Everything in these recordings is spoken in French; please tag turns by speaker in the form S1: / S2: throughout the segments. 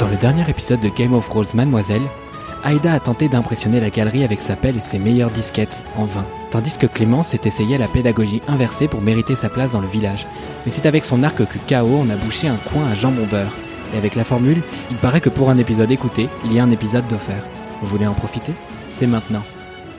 S1: Dans le dernier épisode de Game of Thrones Mademoiselle, Aida a tenté d'impressionner la galerie avec sa pelle et ses meilleures disquettes, en vain. Tandis que Clémence s'est essayé à la pédagogie inversée pour mériter sa place dans le village. Mais c'est avec son arc que K.O. on a bouché un coin à jambon beurre. Et avec la formule, il paraît que pour un épisode écouté, il y a un épisode d'offert. Vous voulez en profiter C'est maintenant.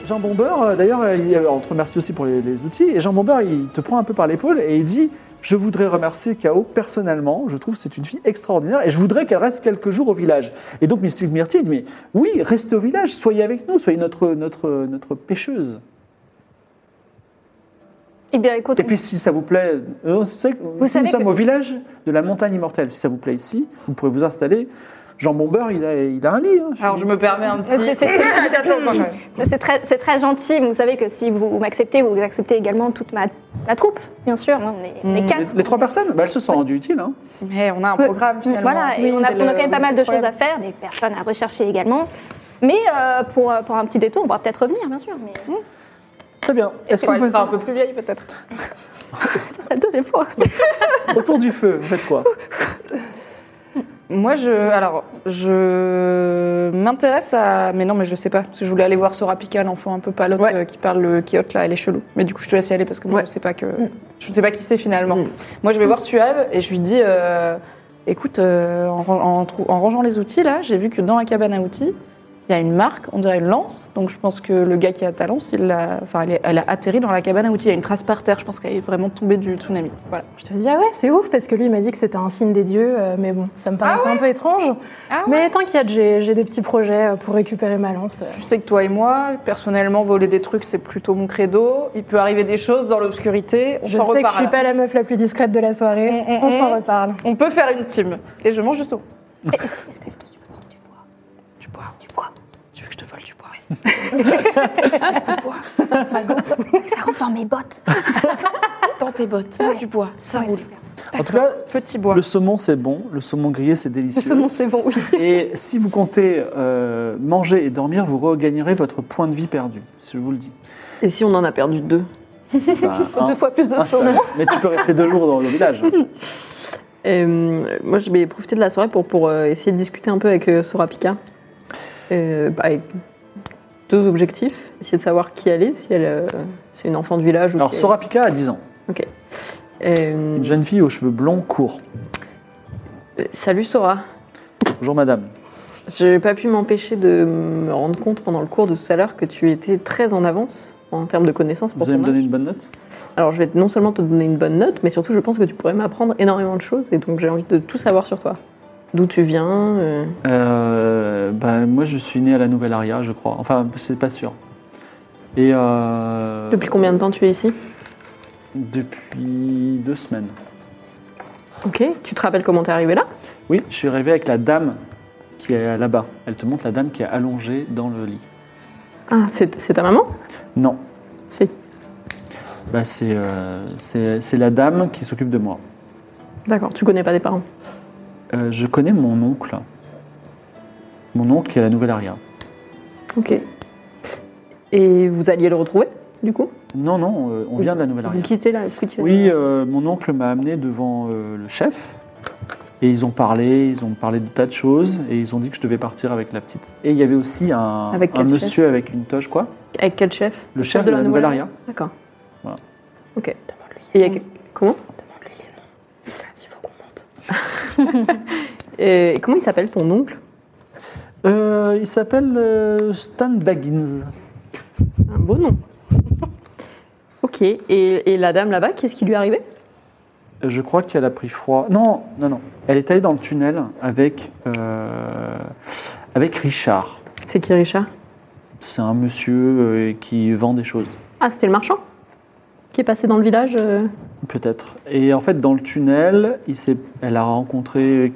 S2: Jean Bombeur, euh, d'ailleurs, euh, il- euh, on te remercie aussi pour les, les outils. Et Jean Bombeur, il te prend un peu par l'épaule et il dit Je voudrais remercier K.O. personnellement. Je trouve que c'est une fille extraordinaire et je voudrais qu'elle reste quelques jours au village. Et donc, Miss Myrtille dit Mais oui, restez au village, soyez avec nous, soyez notre, notre, notre pêcheuse.
S3: Eh bien, écoute,
S2: Et puis, si ça vous plaît, euh, c'est- si
S3: savez
S2: nous sommes
S3: que-
S2: au village de la montagne immortelle. Si ça vous plaît ici, vous pouvez vous installer. Jean Bombeur, il a, il a un lit. hein, chez
S4: Alors
S2: lui.
S4: je me permets un
S3: c'est- c'est-
S4: petit.
S3: c'est- c'est- c'est très, c'est très gentil. mais Vous savez que si vous m'acceptez, vous acceptez également toute ma, ma troupe, bien sûr. hein, On est, on est
S4: Mm.
S3: quatre.
S2: les, les trois personnes, bah, elles se sont rendues utiles. hein.
S4: Mais on a un programme finalement.
S3: Voilà,
S4: Oui,
S3: et on a,
S4: c'est
S3: on a
S4: le-
S3: quand même pas mal de
S4: c'est le
S3: choses à faire, des personnes à rechercher également. Mais euh, pour, euh, pour un petit détour, on va peut-être revenir, bien sûr. Mais
S4: Mm.
S2: Très bien. Est-ce
S4: problème.
S2: qu'on
S4: Ouais, Elle sera un
S2: fait
S4: peu plus vieille peut-être.
S3: ça, c'est la deuxième fois.
S2: autour du feu Vous faites quoi
S4: Moi je. Alors je m'intéresse à. Mais non, mais je sais pas. Parce que je voulais aller voir Sorapika, l'enfant un peu palote euh, qui parle le kiote là, elle est chelou. Mais du coup je te laisse y aller parce que moi je sais pas que. Je ne sais pas qui c'est finalement. Moi je vais voir Suave et je lui dis. euh, Écoute, euh, en, ran- en trou- en rangeant les outils là, j'ai vu que dans la cabane à outils, il y a une marque, on dirait une lance. Donc je pense que le gars qui a ta lance, il a, enfin, elle est- elle a atterri dans la cabane à outils. Il y a une trace par terre. Je pense qu'elle est vraiment tombée du tsunami. Voilà.
S5: Je te dis, ah ouais, c'est ouf, parce que lui, il m'a dit que c'était un signe des dieux, euh, mais bon, ça me paraissait un peu étrange.
S4: Ah
S5: Mais t'inquiète, j'ai j'ai des petits projets euh, pour récupérer ma lance. euh.
S4: Je sais que toi et moi, personnellement, voler des trucs, c'est plutôt mon credo. Il peut arriver des choses dans l'obscurité. On
S5: Je
S4: s'en
S5: sais que je
S4: reparle.
S5: suis pas la meuf la plus discrète de la soirée,
S4: Mm, mm,
S5: on
S4: mm.
S5: s'en reparle.
S4: On peut faire une team. Et je mange du saut.
S3: Est-ce est-ce que est-ce que tu peux prendre du bois
S4: Du bois.
S3: Du bois
S4: Tu veux que je te vole du bois
S3: Que Ça rentre dans mes bottes.
S4: Dans tes bottes. Du bois. Ça
S3: Ouais,
S4: roule.
S3: super.
S2: En tout cas,
S4: Petit bois.
S2: Le saumon, c'est bon. Le saumon grillé, c'est délicieux.
S3: Le saumon, c'est bon, oui.
S2: Et si vous comptez euh, manger et dormir, vous regagnerez votre point de vie perdu. Je vous le dis.
S6: Et si on en a perdu deux
S2: Bah, un-
S3: Deux fois plus de
S2: un seul.
S3: saumon.
S2: Mais tu peux rester deux jours dans le village.
S6: Euh, Moi, je vais profiter de la soirée pour, pour, euh, essayer de discuter un peu avec euh, Sorapika. Euh, bah, avec deux objectifs. Essayer de savoir qui elle est, si elle euh, c'est une enfant de village ou
S2: Alors,
S6: si elle-
S2: Sorapika a 10 ans.
S6: Euh,
S2: Une jeune fille aux cheveux blonds courts.
S6: euh, Salut Sora.
S2: Bonjour, madame.
S6: J'ai pas pu m'empêcher de me rendre compte pendant le cours de tout à l'heure que tu étais très en avance en termes de connaissances
S2: Vous
S6: pour
S2: allez me
S6: ton âge.
S2: donner une bonne note
S6: Alors je vais non seulement te donner une bonne note, mais surtout je pense que tu pourrais m'apprendre énormément de choses et donc j'ai envie de tout savoir sur toi. D'où tu viens euh,
S2: Euh, bah, Moi, je suis né à la Nouvelle-Aria, je crois. Enfin, c'est pas sûr. Et euh,
S6: Depuis combien de temps tu es ici
S2: depuis deux semaines.
S6: Ok. Tu te rappelles comment t'es arrivé là
S2: Oui, je suis rêvé avec la dame qui est là-bas. Elle te montre la dame qui est allongée dans le lit.
S6: Ah, c'est c'est ta maman
S2: Non,
S6: Si.
S2: Bah, c'est, euh, c'est, c'est la dame qui s'occupe de moi.
S6: D'accord. Tu connais pas des parents.
S2: Euh, je connais mon oncle. Mon oncle qui est à la nouvelle aria.
S6: Ok. Et vous alliez le retrouver du coup
S2: Non, non, euh, on vient de la nouvelle
S6: Vous
S2: aria.
S6: quittez là quittez-
S2: Oui, euh, mon oncle m'a amené devant euh, le chef. Et ils ont parlé, ils ont parlé de tas de choses. Et ils ont dit que je devais partir avec la petite. Et il y avait aussi un,
S6: Avec
S2: un
S6: quel chef
S2: monsieur avec une toche, quoi.
S6: Avec quel chef
S2: Le chef de la nouvelle aria.
S6: D'accord.
S2: Voilà.
S6: Ok. Et il y a que- Comment Et comment il s'appelle ton oncle
S2: Euh, il s'appelle euh, Stan Baggins.
S6: Un beau nom. ok. Et, et la dame là-bas, qu'est-ce qui lui est arrivé
S2: Je crois qu'elle a pris froid. Non, non, non. Elle est allée dans le tunnel avec, euh, avec Richard.
S6: C'est qui Richard
S2: C'est un monsieur euh, qui vend des choses,
S6: Ah, c'était le marchand qui est passé dans le village euh,
S2: peut-être. Et en fait, dans le tunnel, il s'est- elle a rencontré. euh,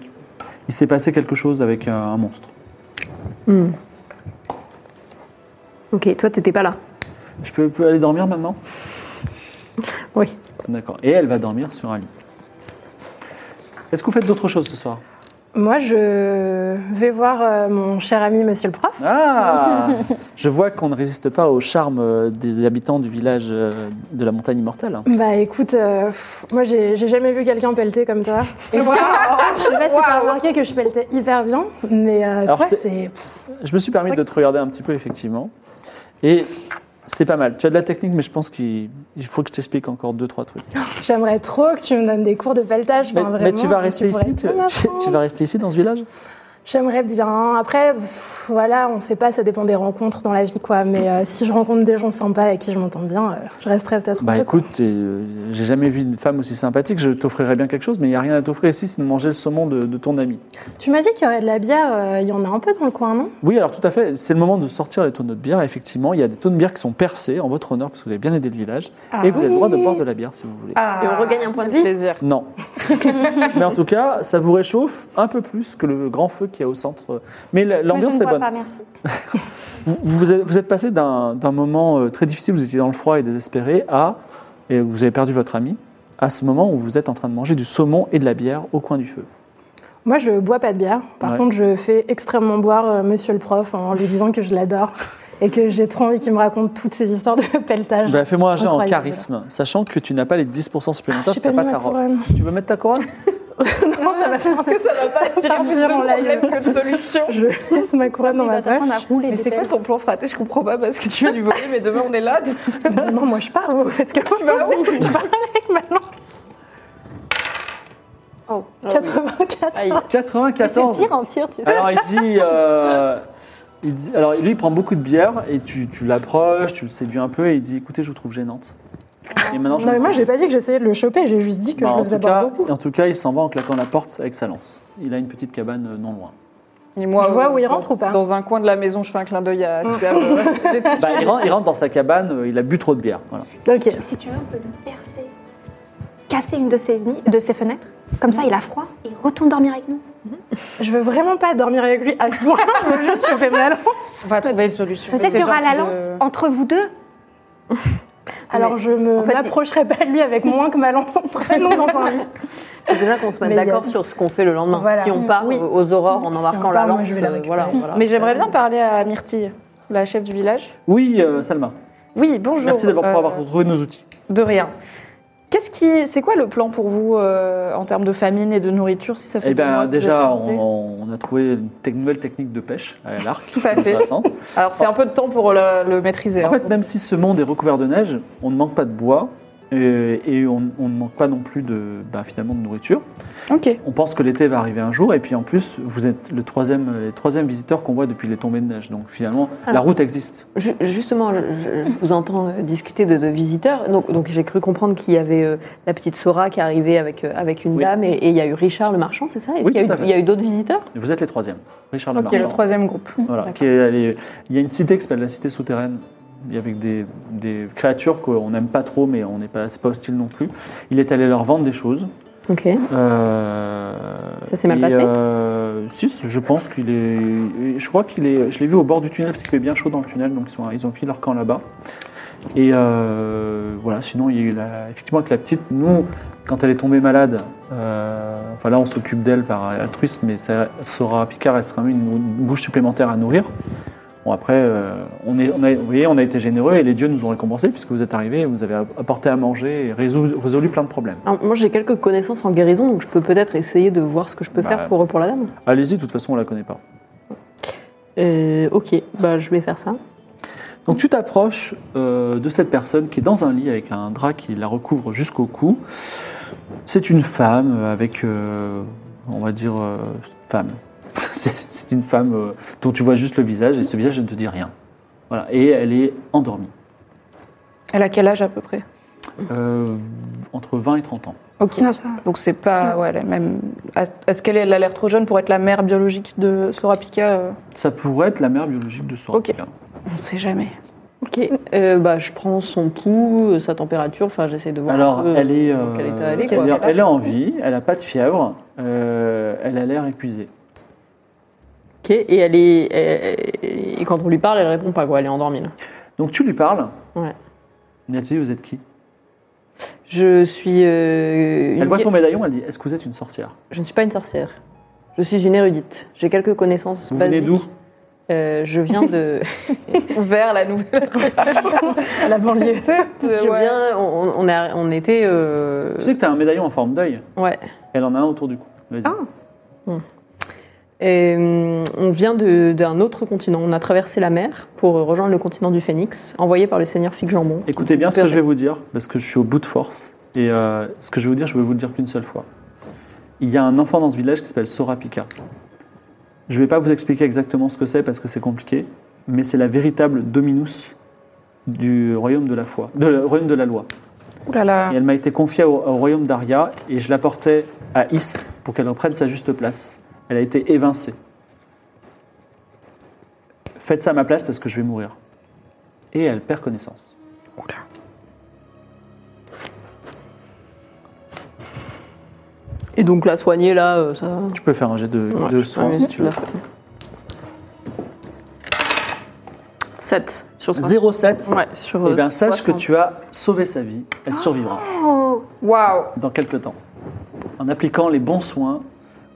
S2: Il s'est passé quelque chose avec euh, un, un monstre.
S6: Ok, toi, t'étais pas là.
S2: Je peux, peux aller dormir maintenant
S6: Oui.
S2: D'accord. Et elle va dormir sur un lit. Est-ce que vous faites d'autres choses ce soir
S5: Moi, je vais voir euh, mon cher ami Monsieur le prof.
S2: Ah Je vois qu'on ne résiste pas au charme euh, des habitants du village euh, de la montagne immortelle.
S5: Bah écoute, euh, pff, moi j'ai j'ai jamais vu quelqu'un pelleter comme toi. Et je sais pas si t'as remarqué que je pelletais hyper bien, mais euh,
S2: Alors,
S5: toi
S2: je t'ai-
S5: c'est... pff,
S2: Je me suis permis de te regarder un petit peu, effectivement. Et c'est pas mal. Tu as de la technique, mais je pense qu'il il faut que je t'explique encore deux, trois trucs.
S5: J'aimerais trop que tu me donnes des cours de pelletage.
S2: mais,
S5: enfin,
S2: mais
S5: vraiment,
S2: tu vas rester
S5: pourrais
S2: ici tu,
S5: tout
S2: tu-
S5: m'apprendre.
S2: tu vas rester ici, dans ce village
S5: J'aimerais bien. Après, pff, voilà, on sait pas, ça dépend des rencontres dans la vie, quoi. Mais euh, si je rencontre des gens sympas avec qui je m'entends bien, euh, je resterai peut-être. un
S2: Bah
S5: peu.
S2: écoute, euh, j'ai jamais vu une femme aussi sympathique. Je t'offrirais bien quelque chose, mais il n'y a rien à t'offrir ici, sinon manger le saumon de, de ton ami.
S5: Tu m'as dit qu'il y aurait de la bière, euh, il y en a un peu dans le coin, non
S2: Oui, alors tout à fait, c'est le moment de sortir les tonneaux de bière. Effectivement, il y a des tonneaux de bière qui sont percés en votre honneur, parce que vous avez bien aidé le village. et vous avez le droit de boire de la bière si vous voulez.
S4: Ah,
S6: Et on regagne un point de vie
S4: plaisir.
S2: Non. mais en tout cas, ça vous réchauffe un peu plus que le grand feu qu'il y a au centre. Mais la-
S3: Moi, je ne
S2: l'ambiance est
S3: bois
S2: bonne.
S3: pas, merci.
S2: Vous, vous êtes, vous êtes passé d'un d'un moment euh, très difficile, vous étiez dans le froid et désespéré, à, et vous avez perdu votre ami, à ce moment où vous êtes en train de manger du saumon et de la bière au coin du feu.
S5: Moi, je bois pas de bière. Par
S2: Ouais.
S5: contre, je fais extrêmement boire euh, Monsieur le prof en lui disant que je l'adore et que j'ai trop envie qu'il me raconte toutes ces histoires de pelletage.
S2: Bah, Fais-moi un jet en
S5: Incroyable.
S2: charisme, sachant que tu n'as pas les 10%
S6: Ah,
S2: supplémentaires,
S5: J'ai
S2: tu
S5: pas
S2: n'as
S5: mis
S2: Bah, pas
S5: ma
S2: ta robe.
S5: couronne.
S2: Tu veux mettre ta couronne
S5: Non, ça va faire un
S4: Ça va pas attirer
S5: faire
S4: plus
S5: dire
S4: de
S5: en live.
S4: problèmes que de solutions.
S5: Je laisse ma couronne dans
S3: Il
S5: ma
S3: va
S5: poche.
S3: t'apprendre à rouler
S4: Mais
S3: des
S4: c'est quoi
S3: pelles.
S4: ton plan fraté Je comprends pas parce que tu vas lui voler, mais demain on est là. donc-
S5: Non, moi, je pars. Vous faites ce que vous voulez. Je pars avec ma lance.
S4: Ah
S3: Oh.
S4: Ah,
S5: 84.
S3: Aïe.
S2: 94
S3: C'est pire en pire, tu sais.
S2: Alors il dit, euh, il dit- alors lui il prend beaucoup de bière et tu, tu l'approches, tu le séduis un peu et il dit, écoutez, je vous trouve gênante. Et maintenant, je
S5: Non, mais
S2: me
S5: moi,
S2: couche.
S5: j'ai pas dit que j'essayais de le choper. J'ai juste dit que
S2: Bah,
S5: je
S2: en
S5: le faisais
S2: tout cas-
S5: boire beaucoup.
S2: En tout cas, il s'en va en claquant la porte avec sa lance. Il a une petite cabane euh, non loin.
S4: Et moi,
S5: Je vois
S4: euh,
S5: où il
S4: dans-
S5: rentre ou pas
S4: Dans un coin de la maison, je fais un clin d'œil à Super. euh,
S2: Bah, il, rentre, il rentre dans sa cabane, euh, il a bu trop de bière. Voilà.
S5: Ok.
S3: Si tu veux, on peut le percer, casser une de ses, ni- de ses fenêtres. Comme ça, il a froid et il retourne dormir avec nous.
S5: Je veux vraiment pas dormir avec lui à ce point. Je veux juste choper ma lance.
S4: On va trouver une solution.
S3: Peut-être qu'il y aura la lance entre vous deux.
S5: Alors, je me
S6: en fait,
S5: m'approcherai pas de lui avec moins que ma lance entre nous dans un lit.
S6: Faut Déjà qu'on se mette
S5: Mais il y a-
S6: d'accord sur ce qu'on fait le lendemain.
S5: Voilà.
S6: Si on part
S5: Oui.
S6: euh, aux aurores en
S5: Si
S6: embarquant
S5: on
S6: la
S5: part, moi,
S6: lance,
S5: je vais la
S6: euh,
S5: récupérer.
S6: voilà, voilà.
S4: Mais j'aimeire bien parler à Myrtille, la chef du village.
S2: Oui, euh, Salma,
S4: Oui, bonjour.
S2: merci d'avoir
S4: Euh,
S2: pour avoir retrouvé nos outils.
S4: De rien. Qu'est-ce qui, c'est quoi le plan pour vous euh, en termes de famine et de nourriture si ça fait
S2: Eh
S4: deux mois
S2: bien,
S4: que vous
S2: déjà,
S4: êtes lancés
S2: on, on a trouvé une te- nouvelle technique de pêche à l'arc.
S4: Tout à fait.
S2: Intéressante.
S4: Alors c'est un peu de temps pour le, le maîtriser.
S2: En
S4: hein.
S2: fait, même si ce monde est recouvert de neige, on ne manque pas de bois et, et on, on ne manque pas non plus de, bah, finalement de nourriture.
S4: Ok.
S2: On pense que l'été va arriver un jour et puis en plus, vous êtes le troisième, euh, les troisième visiteur qu'on voit depuis les tombées de neige. Donc finalement,
S4: Ah.
S2: la route existe.
S6: Ju- Justement, je, je vous entends euh, discuter de, de visiteurs. Donc, donc j'ai cru comprendre qu'il y avait euh, la petite Sora qui est arrivée avec, euh, avec une
S2: Oui.
S6: dame et et il y a eu Richard le marchand, c'est ça Est-ce
S2: Oui,
S6: qu'il y a
S2: tout à
S6: eu-
S2: fait.
S6: il y a eu, d'autres visiteurs
S2: Vous êtes les troisièmes. Richard
S4: Ok,
S2: Lemarchand.
S4: le troisième groupe.
S2: Voilà, qui est- elle est- il y a une cité qui s'appelle la cité souterraine, et avec des, des créatures qu'on n'aime pas trop, mais on n'est pas, c'est pas hostile non plus. Il est allé leur vendre des choses.
S6: Ok.
S2: Euh,
S6: Ça s'est mal
S2: et,
S6: passé
S2: euh, Si, je pense qu'il est. Je crois qu'il est. Je l'ai vu au bord du tunnel parce qu'il fait bien chaud dans le tunnel, donc ils, sont- ils ont fini leur camp là-bas. Et euh, voilà, sinon, il y a eu la- effectivement avec la petite, nous, quand elle est tombée malade, euh, enfin là, on s'occupe d'elle par altruisme, mais ça, Sora Picard reste quand même une, une bouche supplémentaire à nourrir. Bon, après, euh, on est, on a, vous voyez, on a été généreux et les dieux nous ont récompensés puisque vous êtes arrivés, vous avez apporté à manger et résolu, résolu plein de problèmes.
S6: Alors, moi, j'ai quelques connaissances en guérison, donc je peux peut-être essayer de voir ce que je peux
S2: Bah,
S6: faire pour, pour la dame.
S2: Allez-y, de toute façon, on la connaît pas.
S6: Euh, ok, bah, je vais faire ça.
S2: Donc tu t'approches euh, de cette personne qui est dans un lit avec un drap qui la recouvre jusqu'au cou. C'est une femme euh, avec, euh, on va dire, euh, femme. C'est c'est une femme euh, dont tu vois juste le visage et ce visage ne te dit rien. Voilà, et elle est endormie.
S4: Elle a quel âge à peu près
S2: Euh, entre 20 et 30 ans.
S4: Ok.
S3: Non, ça va.
S4: Donc c'est pas ouais, la même. Est-ce qu'elle elle a l'air trop jeune pour être la mère biologique de Sorapika euh
S2: Ça pourrait être la mère biologique de Sorapika.
S4: On sait jamais.
S6: Ok. Euh, bah, je prends son pouls, euh, sa température. Enfin, j'essaie de voir. un
S2: Alors,
S6: peu
S2: elle est,
S6: dans quel
S2: euh,
S6: état elle est,
S2: c'est-à-dire,
S6: quoi.
S2: elle est en vie, elle n'a pas de fièvre, euh, elle a l'air épuisée.
S6: Ok. Et elle est. elle- et quand on lui parle, elle répond pas quoi. Elle est endormie. là.
S2: Donc tu lui parles.
S6: Ouais.
S2: Nathalie, vous êtes qui
S6: Je suis. euh, une
S2: Elle voit
S6: gué-
S2: ton médaillon, elle dit Est-ce que vous êtes une sorcière
S6: Je ne suis pas une sorcière. Je suis une érudite. J'ai quelques connaissances
S2: Vous venez
S6: basiques.
S2: d'où
S6: Euh, Je viens de.
S4: Vers la nouvelle.
S5: La banlieue.
S4: Tu sais, tu-
S6: je
S4: ouais.
S6: viens. On, on a, on était. euh,
S2: Tu sais que tu as un médaillon en forme d'œil.
S6: Ouais.
S2: Elle en a un autour du cou. Vas-y.
S6: Ah. Et, hum, on vient de- d'un autre continent. On a traversé la mer pour rejoindre le continent du Phénix, envoyé par le seigneur Fig Jambon.
S2: Écoutez bien ce que je vais vous dire, parce que je suis au bout de force. Et euh, ce que je vais vous dire, je vais vous le dire qu'une seule fois. Il y a un enfant dans ce village qui s'appelle Sorapika. Je ne vais pas vous expliquer exactement ce que c'est parce que c'est compliqué, mais c'est la véritable dominus du royaume de la foi, de le royaume de la loi.
S4: Ouh là là.
S2: Et elle m'a été confiée au, au royaume d'Aria et je la portais à Is pour qu'elle reprenne sa juste place. Elle a été évincée. Faites ça à ma place parce que je vais mourir. Et elle perd connaissance.
S6: Et donc la soigner là, euh, ça.
S2: Tu peux faire un jet de,
S6: Ouais,
S2: de
S6: je
S2: soins
S6: sais,
S2: si tu veux.
S6: la soigne. 7 sur
S2: 07.
S6: 60. Ouais, Oh. sur. euh,
S2: Eh bien, sache que
S6: 60.
S2: tu as sauvé sa vie. Elle survivra
S4: Waouh.
S2: dans quelques temps. En appliquant les bons soins,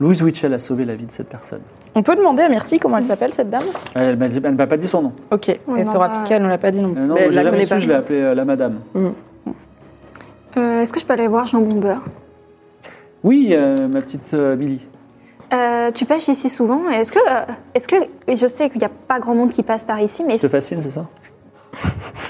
S2: Louise Witchell a sauvé la vie de cette personne.
S4: On peut demander à Myrtille comment elle s'appelle cette dame
S2: Elle ne m'a pas dit son nom.
S4: Ok.
S3: On
S4: et
S3: en
S4: Sorapika,
S3: a-
S4: elle nous l'a pas dit non. plus.
S2: Euh, non,
S6: Mais elle
S2: je
S6: la
S2: l'ai jamais
S6: connaît
S2: su,
S6: pas.
S2: je l'ai appelée euh, la madame.
S3: Euh, Est-ce que je peux aller voir Jean Bomber
S2: Oui, euh, ma petite euh, Billy.
S3: Euh, Tu pêches ici souvent. et Est-ce que, euh, est-ce que je sais qu'il n'y a pas grand monde qui passe par ici, mais
S2: Je te fascine, c'est ça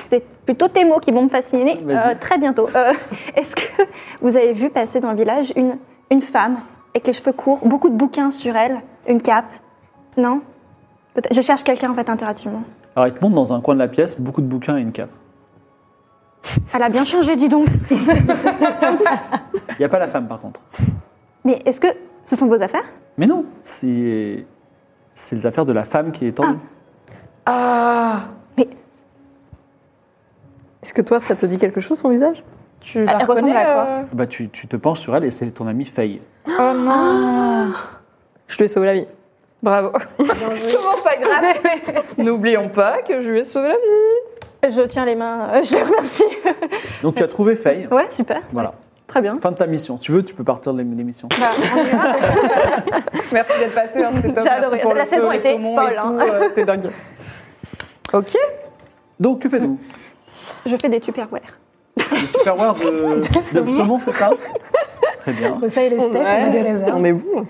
S3: c'est plutôt tes mots qui vont me fasciner
S2: Vas-y.
S3: euh, très bientôt. Euh, Est-ce que vous avez vu passer dans le village une, une femme avec les cheveux courts, beaucoup de bouquins sur elle, une cape Non Peut-être- Je cherche quelqu'un en fait impérativement.
S2: Alors, il te montre dans un coin de la pièce beaucoup de bouquins et une cape.
S3: Elle a bien changé, dis donc.
S2: Il n'y a pas la femme, par contre.
S3: Mais est-ce que ce sont vos affaires
S2: Mais non, c'est c'est l'affaire de la femme qui est tendue.
S6: Est-ce que toi, ça te dit quelque chose son visage
S4: Tu
S3: Elle
S4: la
S3: ressemble
S4: reconnais,
S3: à quoi
S4: euh
S2: Bah, tu, tu te penches sur elle et c'est ton ami Faye.
S4: Oh non.
S6: Je lui ai sauvé la vie.
S4: Bravo. Comment ça gratte N'oublions pas que je lui ai sauvé la vie.
S3: Je tiens les mains, euh, je les remercie.
S2: Donc, tu as trouvé Faye.
S3: ouais, super.
S2: Voilà.
S3: Très bien.
S2: Fin de ta mission. Si tu veux, tu peux partir de l'émission.
S4: Ah, Merci d'être passé, hein, c'est top.
S3: J'ai adoré.
S4: Merci pour
S3: La
S4: le
S3: saison
S4: feu, le
S3: était
S4: saumon et
S3: folle, hein.
S4: tout, euh, C'était dingue. Ok.
S2: Donc, que fais-nous
S3: Je fais des tupperwares.
S2: Superware de, euh, de saumon, c'est ça Très bien.
S5: Entre ça et les steaks, on a des réserves.
S6: on est bon.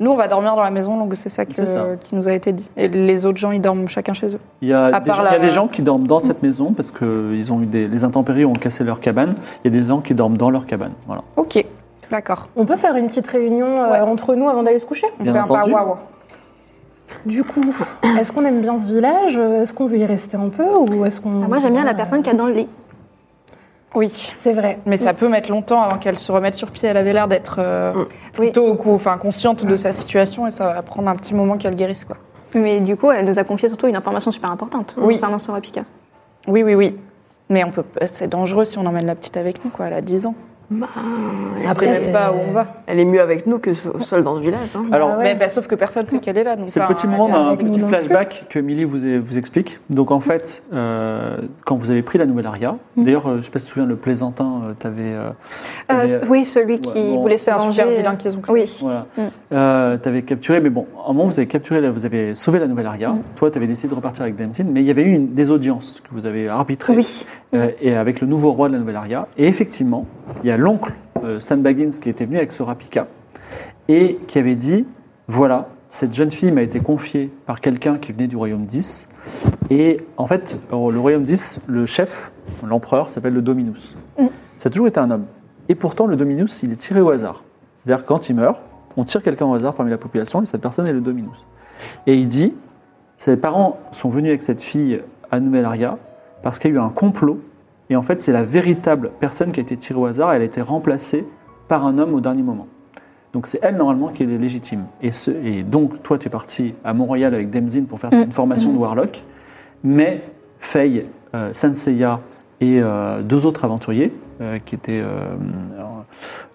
S4: Nous, on va dormir dans la maison, donc c'est ça, que-
S2: C'est ça.
S4: qui nous a été dit. Et les autres gens, ils dorment chacun chez eux.
S2: Il y a,
S4: À
S2: des gens,
S4: part
S2: il y a
S4: la-
S2: des gens qui dorment dans cette maison parce que ils ont eu des, les intempéries ont cassé leur cabane. Il y a des gens qui dorment dans leur cabane. Voilà.
S4: Ok. D'accord.
S5: On peut faire une petite réunion euh, entre nous avant d'aller se coucher
S4: On
S2: Bien
S4: fait
S2: entendu.
S4: un waouh.
S5: Du coup, est-ce qu'on aime bien ce village Est-ce qu'on veut y rester un peu ou est-ce qu'on
S3: Ah, moi, j'aime bien la personne qui est dans le lit.
S4: Oui.
S5: C'est vrai.
S4: Mais ça peut mettre longtemps avant qu'elle se remette sur pied. Elle avait l'air d'être euh, plutôt au coup, enfin consciente de sa situation et ça va prendre un petit moment qu'elle guérisse quoi.
S3: Mais du coup, elle nous a confié surtout une information super importante
S4: Oui.
S3: concernant Sorapika.
S4: Oui, oui, oui. Mais on peut, euh, c'est dangereux si on emmène la petite avec nous quoi. Elle a 10 ans.
S6: Bah, Après,
S4: On
S5: Après,
S4: sait
S5: c'est-
S4: même pas où on va.
S6: elle est mieux avec nous que seule dans ce village. hein.
S2: Alors,
S5: Ah ouais.
S4: Mais, bah, sauf que personne sait qu'elle est là. donc
S2: C'est le
S4: enfin,
S2: petit moment d'un
S5: avec nous
S2: petit
S5: non
S2: flashback que Millie vous, vous explique. Donc en fait, euh, quand vous avez pris la nouvelle aria, d'ailleurs, euh, je ne sais pas si tu te souviens, le plaisantin, euh, t'avais, euh, t'avais,
S3: Euh,
S2: euh,
S3: oui, celui qui
S2: bon,
S3: voulait se
S4: C'est un super
S3: venger.
S4: vilain qu'ils ont créé.
S3: Oui.
S2: Voilà.
S3: Mm.
S2: Euh, t'avais capturé, mais bon, à un moment, vous avez capturé, la- vous avez sauvé la nouvelle aria. Toi, tu avais décidé de repartir avec Damsin, mais il y avait eu une- des audiences que vous avez arbitrées
S3: Oui.
S2: euh, et avec le nouveau roi de la nouvelle aria. Et effectivement, il y a l'oncle euh, Stan Baggins qui était venu avec Sorapika et qui avait dit voilà, cette jeune fille m'a été confiée par quelqu'un qui venait du royaume 10. Et en fait, euh, le royaume 10, le chef, l'empereur, s'appelle le Dominus. Ça a toujours été un homme. Et pourtant, le Dominus, il est tiré au hasard. C'est-à-dire, quand il meurt, on tire quelqu'un au hasard parmi la population et cette personne est le Dominus. Et il dit ses parents sont venus avec cette fille à Nouvelle-Aria parce qu'il y a eu un complot Et en fait, c'est la véritable personne qui a été tirée au hasard. Elle a été remplacée par un homme au dernier moment. Donc c'est elle normalement qui est légitime. Et, ce- et donc toi, tu es parti à Mont-Royal avec Demzin pour faire une formation de Warlock. Mais Faye, euh, Senseiya et euh, deux autres aventuriers, euh, qui étaient euh, alors,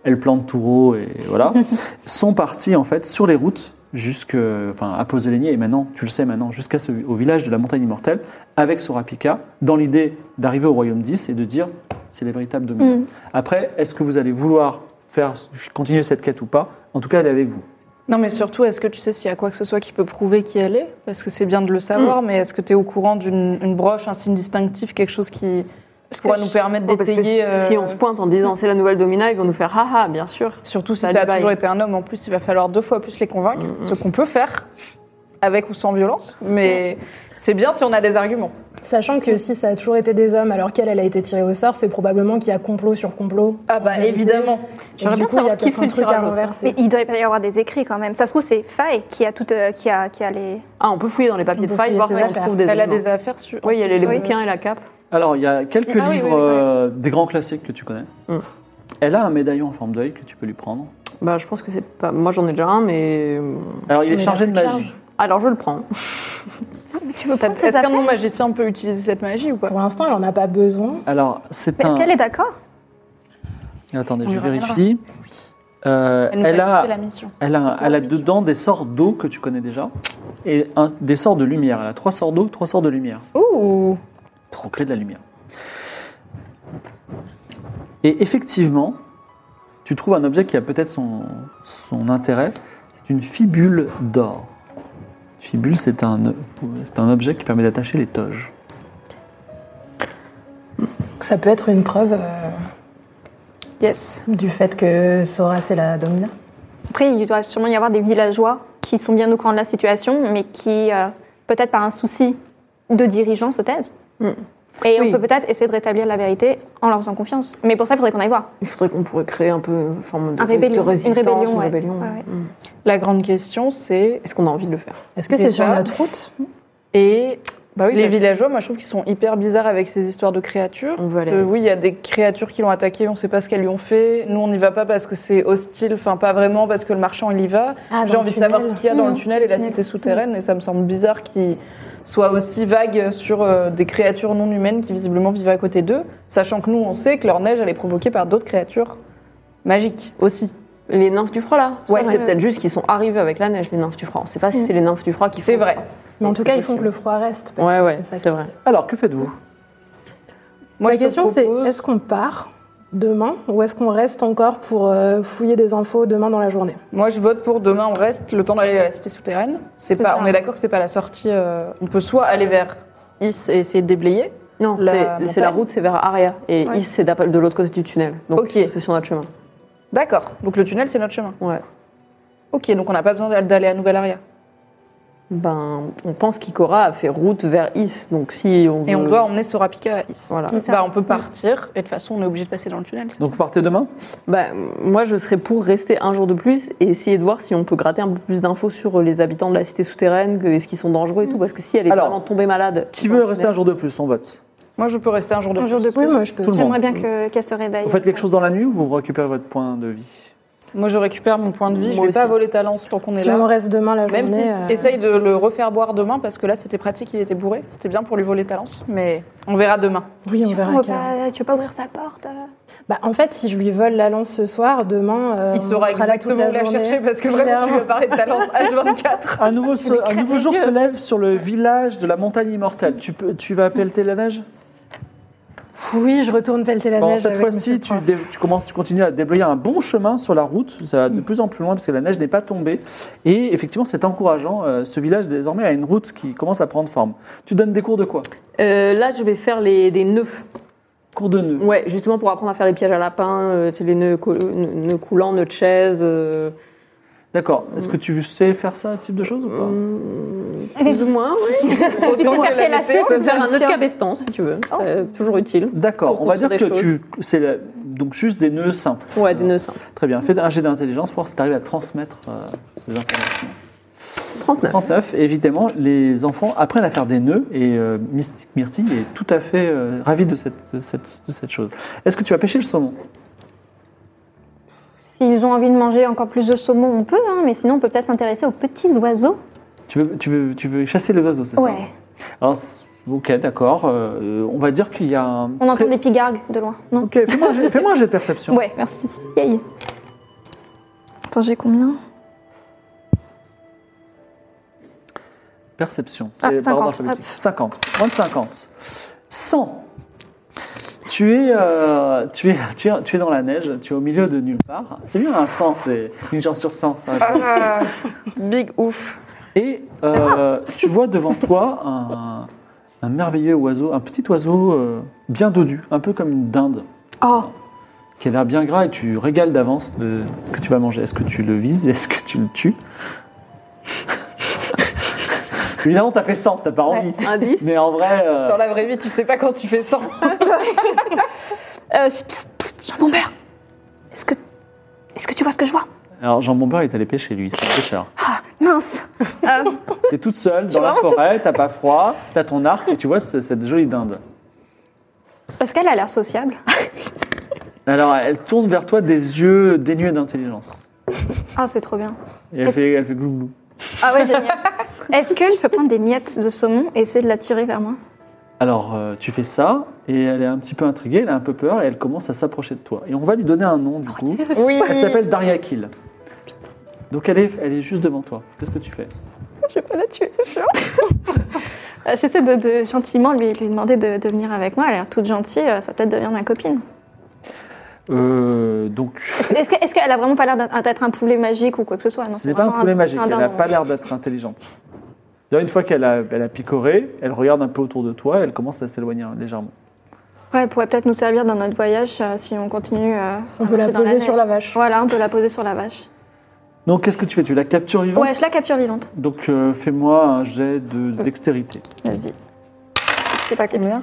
S2: El Plan de Touro et voilà, sont partis en fait sur les routes jusque, enfin, à Poselénier et maintenant, tu le sais maintenant, jusqu'à ce- au village de la Montagne Immortelle avec Sorapika, dans l'idée d'arriver au Royaume 10 et de dire c'est les véritables dominants.
S4: Mm.
S2: Après, est-ce que vous allez vouloir faire continuer cette quête ou pas En tout cas, elle est avec vous.
S4: Non, mais surtout, est-ce que tu sais s'il y a quoi que ce soit qui peut prouver qui elle est Parce que c'est bien de le savoir, mais est-ce que tu es au courant d'une une broche, un signe distinctif, quelque chose qui pourra nous permettre
S6: Non, parce que si,
S4: d'étayer euh,
S6: si on se pointe en disant c'est la nouvelle Domina, ils vont nous faire haha, bien sûr.
S4: Surtout si
S6: Bah,
S4: ça Mm. a
S6: Dubaï.
S4: toujours été un homme, en plus, il va falloir deux fois plus les convaincre, ce qu'on peut faire, avec ou sans violence, mais c'est bien si on a des arguments.
S5: Sachant que si ça a toujours été des hommes alors qu'elle, elle a été tirée au sort, c'est probablement qu'il y a complot sur complot.
S4: Ah bah évidemment.
S5: Et
S6: J'aimerais
S5: du
S6: bien
S5: coup, il y
S6: savoir
S5: a
S6: qui
S5: peut-être
S6: fait
S5: un
S6: le
S5: truc
S6: tirage
S5: à
S6: au sort.
S3: Mais
S5: renverser.
S3: il doit y avoir des écrits quand même. Ça se trouve, c'est Faye qui a, toute, euh, qui, a, qui a les.
S6: Ah, on peut fouiller dans les
S5: On
S6: papiers de
S5: peut
S6: faille,
S5: fouiller
S6: voir
S5: ses
S6: si on
S5: affaires.
S6: trouve des
S4: Elle a
S6: éléments.
S4: des affaires sur.
S6: Oui, il y a les, les
S3: Oui.
S6: bouquins et la cape.
S2: Alors, il y a quelques
S4: ah oui,
S2: livres,
S4: oui, oui. Mm.
S2: euh, des grands classiques que tu connais.
S6: Hum.
S2: Elle a un médaillon en forme d'œil que tu peux lui prendre.
S6: Bah, je pense que c'est pas. Moi, j'en ai déjà un, mais.
S2: Alors, il est
S5: Mais
S2: chargé de
S5: il a plus de
S2: magie.
S6: Alors, je le prends.
S3: Tu veux prendre
S4: Est-ce
S3: ses
S4: est-ce qu'un
S3: affaires
S4: non magicien peut utiliser cette magie ou pas
S5: Pour l'instant, elle en a pas besoin.
S2: Alors, c'est
S3: Mais
S2: un.
S3: est-ce qu'elle est d'accord
S2: Attendez,
S4: On
S2: je
S4: lui rappellera.
S2: vérifie. Euh,
S4: Elle nous
S2: elle, a,
S4: a confié la mission.
S2: elle, a, elle a dedans des sorts d'eau que tu connais déjà et un- des sorts de lumière. Elle a trois sorts d'eau, trois sorts de lumière.
S4: Ouh
S2: Trois clés de la lumière. Et effectivement, tu trouves un objet qui a peut-être son, son intérêt. C'est une fibule d'or. Fibule, c'est un, c'est un objet qui permet d'attacher les toges.
S5: Donc, Ça peut être une preuve euh,
S4: Yes.
S5: du fait que Sora, c'est la Domina.
S3: Après, il doit sûrement y avoir des villageois qui sont bien au courant de la situation, mais qui, euh, peut-être par un souci de dirigeants, se taisent. Et
S6: Oui.
S3: on peut peut-être essayer de rétablir la vérité en leur faisant confiance. Mais pour ça, il faudrait qu'on aille voir.
S6: Il faudrait qu'on pourrait créer un peu une forme de,
S3: Un rébellion,
S6: de résistance,
S3: une rébellion, ouais.
S6: rébellion.
S3: Ouais, ouais.
S6: Mm.
S4: La grande question, c'est.
S6: Est-ce qu'on a envie de le faire
S5: Est-ce que c'est sur
S4: Déjà.
S5: notre route
S4: Et
S6: Bah
S5: Ah
S4: les villageois, moi je trouve qu'ils sont hyper bizarres avec ces histoires de créatures.
S6: On veut aller.
S4: De,
S6: avec.
S4: oui, il y a des créatures qui l'ont attaqué, on ne sait pas ce qu'elles lui ont fait. Nous, on n'y va pas parce que c'est hostile, enfin pas vraiment parce que le marchand il y va.
S5: Ah, dans
S4: J'ai
S5: le
S4: envie de
S5: tunnel. Mmh.
S4: savoir ce qu'il y a dans le tunnel et la cité souterraine, et ça me semble bizarre qu'ils soient aussi vagues sur euh, des créatures non humaines qui visiblement vivent à côté d'eux, sachant que nous, on sait que leur neige elle est provoquée par d'autres créatures magiques aussi.
S6: Les nymphes du froid là Ça,
S4: Ouais.
S6: c'est peut-être juste qu'ils sont arrivés avec la neige, les nymphes du froid. On sait pas si c'est les nymphes du froid qui
S4: C'est
S6: font
S4: vrai.
S6: ça.
S5: Mais en
S6: Donc,
S5: tout
S6: c'est
S5: cas, ils font que
S6: possible.
S5: le froid reste. parce
S6: Ouais,
S5: que
S6: ouais,
S5: ça
S6: c'est
S5: qui-
S6: vrai.
S2: Alors, que faites-vous
S4: Moi,
S5: La
S4: je te
S5: question, c'est
S4: propose-
S5: est-ce qu'on part demain ou est-ce qu'on reste encore pour euh, fouiller des infos demain dans la journée
S4: Moi, je vote pour demain, on reste le temps d'aller à la cité souterraine. C'est
S3: C'est
S4: pas,
S3: ça.
S4: on est d'accord que c'est pas la sortie. euh, on peut soit aller vers Is et essayer de déblayer.
S6: Non,
S4: La
S6: c'est- c'est la
S4: montagne.
S6: route, c'est vers Aria. Et Yves, c'est d'ap- de l'autre côté du tunnel. Donc,
S4: Ok.
S6: c'est sur notre chemin.
S4: D'accord. Donc le tunnel, c'est notre chemin.
S6: Ouais.
S4: Ok, donc on n'a pas besoin d'a- d'aller à Nouvelle-Aria.
S6: Ben, on pense qu'Ikora a fait route vers Is. Donc, si on
S4: Et on
S6: veut-
S4: doit emmener Sorapika à Is.
S6: Voilà.
S3: C'est ça.
S4: Bah, on peut partir, et de toute façon, on est obligé de passer dans le tunnel.
S2: Donc, vous partez demain
S6: Bah, moi, je serais pour rester un jour de plus et essayer de voir si on peut gratter un peu plus d'infos sur euh, les habitants de la cité souterraine, que- est-ce qu'ils sont dangereux et
S4: Mm.
S6: tout. Parce que si elle est
S2: Alors,
S6: vraiment tombée malade.
S2: Qui veut rester un jour de plus On vote.
S4: Moi, je peux rester un jour de
S3: Un
S4: plus.
S3: jour de
S5: Oui,
S3: plus.
S5: moi je peux.
S2: Tout le monde.
S3: J'aimerais bien que- qu'elle se réveille.
S2: Vous faites quelque chose dans la nuit ou vous récupérez votre point de vie
S4: Moi, je récupère mon point de vie. je
S6: Moi
S4: vais pas
S6: aussi.
S4: voler ta lance tant qu'on est
S5: Si
S4: là.
S5: on reste demain la journée.
S4: Même si
S5: euh,
S4: essaye de le refaire boire demain, parce que là, c'était pratique, il était bourré. C'était bien pour lui voler ta lance, mais on verra demain.
S5: Oui, on
S3: On
S5: verra.
S3: va
S5: quelle heure.
S3: pas- tu veux pas ouvrir sa porte euh
S5: Bah, en fait, si je lui vole la lance ce soir, demain. euh,
S4: Il
S5: on
S4: saura
S5: sera là
S4: exactement où
S5: toute la
S4: la
S5: journée.
S4: chercher parce que vraiment tu
S5: Clairement.
S4: veux parler de ta lance H24.
S2: Un nouveau, se- un
S4: crèves
S2: nouveau
S4: les
S2: jour
S4: yeux.
S2: se lève sur le village de la montagne immortelle. Tu, peux, tu vas pelleter la neige
S5: Oui, je retourne pelleter la
S2: Bon,
S5: neige.
S2: cette
S5: avec Monsieur
S2: fois-ci, tu,
S5: Prof.
S2: dé- tu commences, tu continues à déblayer un bon chemin sur la route. Ça va
S5: Mm.
S2: de plus en plus loin parce que la neige n'est pas tombée. Et effectivement, c'est encourageant. Euh, ce village désormais a une route qui commence à prendre forme. Tu donnes des cours de quoi
S6: Euh, là, je vais faire les, des nœuds.
S2: Cours de nœuds.
S6: Ouais, justement pour apprendre à faire des pièges à lapins, euh, tu sais, les nœuds, cou- nœuds- nœuds coulants, nœuds de chaise. euh,
S2: D'accord. Est-ce que tu sais faire ça, ce type de choses ou pas
S6: Mm. plus ou moins, oui.
S4: Autant que la météo,
S6: On peut faire
S4: le
S6: un nœud de
S4: chien.
S6: cabestan si tu veux.
S5: Oh.
S6: C'est toujours utile.
S2: D'accord.
S6: Pour
S2: On va dire que
S6: construire des
S2: tu, c'est la- donc juste des nœuds simples.
S6: Ouais, des nœuds simples.
S2: Très bien. Fais un jet d'intelligence pour voir si tu arrives à transmettre euh, ces informations.
S6: 39.
S2: 39, et évidemment, les enfants apprennent à faire des nœuds et euh, Mystique Myrtille est tout à fait euh, ravie de cette, de cette- de cette chose. Est-ce que tu vas pêcher le saumon
S3: S'ils ont envie de manger encore plus de saumon, on peut, hein, mais sinon on peut peut-être s'intéresser aux petits oiseaux.
S2: tu veux, tu, veux, tu veux chasser les oiseaux, c'est
S3: Ouais,
S2: ça Alors, c'est- Ok, d'accord. euh, on va dire qu'il y a un.
S3: on entend
S2: très-
S3: des pigargues de loin. Non
S2: Ok, fais-moi un jet- fais-moi un jet de perception.
S3: Ouais, merci. Yay. Attends, j'ai combien
S2: Perception.
S3: Ah,
S2: C'est par
S3: 50,
S2: ordre alphabétique. 50. Moins de 50. 100. Tu es, euh, tu, es, tu, es, tu es dans la neige, tu es au milieu de nulle part. C'est bien un 100, c'est une chance sur 100. ça va.
S5: Ah.
S4: Big ouf.
S2: Et euh, tu vois devant toi un, un merveilleux oiseau, un petit oiseau euh, bien dodu, un peu comme une dinde,
S4: Ah.
S3: Oh
S2: qui a l'air bien gras et tu régales d'avance de ce que tu vas manger. Est-ce que tu le vises Est-ce que tu le tues Évidemment, t'as fait 100, t'as pas envie.
S6: Indice
S2: Mais en vrai. euh,
S4: Dans la vraie vie, tu sais pas quand tu fais 100.
S3: euh, je- Psst, psst, Jean Bombert Est-ce que... Est-ce que tu vois ce que je vois
S2: Alors Jean Bombeur est allé pêcher lui, c'est un pêcheur.
S3: Ah, mince Euh,
S2: T'es toute seule dans la forêt, t'as pas froid, t'as ton arc et tu vois ce- cette jolie dinde.
S3: Parce qu'elle a l'air sociable.
S2: Alors elle tourne vers toi des yeux dénués d'intelligence.
S3: Ah, c'est trop bien.
S2: Et elle
S3: Est-ce-
S2: fait, elle fait glou glou.
S3: Ah ouais, génial. Est-ce que je peux prendre des miettes de saumon et essayer de la tirer vers moi
S2: Alors euh, tu fais ça et elle est un petit peu intriguée, elle a un peu peur et elle commence à s'approcher de toi. Et on va lui donner un nom du
S3: Oh,
S2: coup.
S4: Oui.
S2: Elle s'appelle Daria Kill. Donc elle est, elle est juste devant toi. Qu'est-ce que tu fais
S3: Je vais pas la tuer, c'est sûr. Euh, J'essaie de, de gentiment lui, lui demander de, de venir avec moi. Elle a l'air toute gentille, euh, ça peut être devenir ma copine.
S2: euh, Donc
S3: Est-ce que- est-ce qu'elle a vraiment pas l'air d'être d'être un poulet magique ou quoi que ce soit non,
S2: ce
S3: c'est
S2: n'est pas un
S3: vraiment
S2: poulet magique,
S3: c'est un
S2: elle n'a
S3: dindon.
S2: pas l'air d'être intelligente. D'ailleurs, une fois qu'elle a, elle a picoré, elle regarde un peu autour de toi et elle commence à s'éloigner légèrement.
S3: Ouais, elle pourrait peut-être nous servir dans notre voyage euh, si on continue. euh,
S5: On
S3: à
S5: peut la
S3: marcher dans
S5: poser
S3: neige.
S5: sur la vache.
S3: Voilà, on peut la poser sur la vache.
S2: Donc, qu'est-ce que tu fais Tu la captures vivante
S3: Ouais, je la capture vivante.
S2: Donc, euh, fais-moi un jet de dextérité.
S3: Vas-y. Je sais pas combien.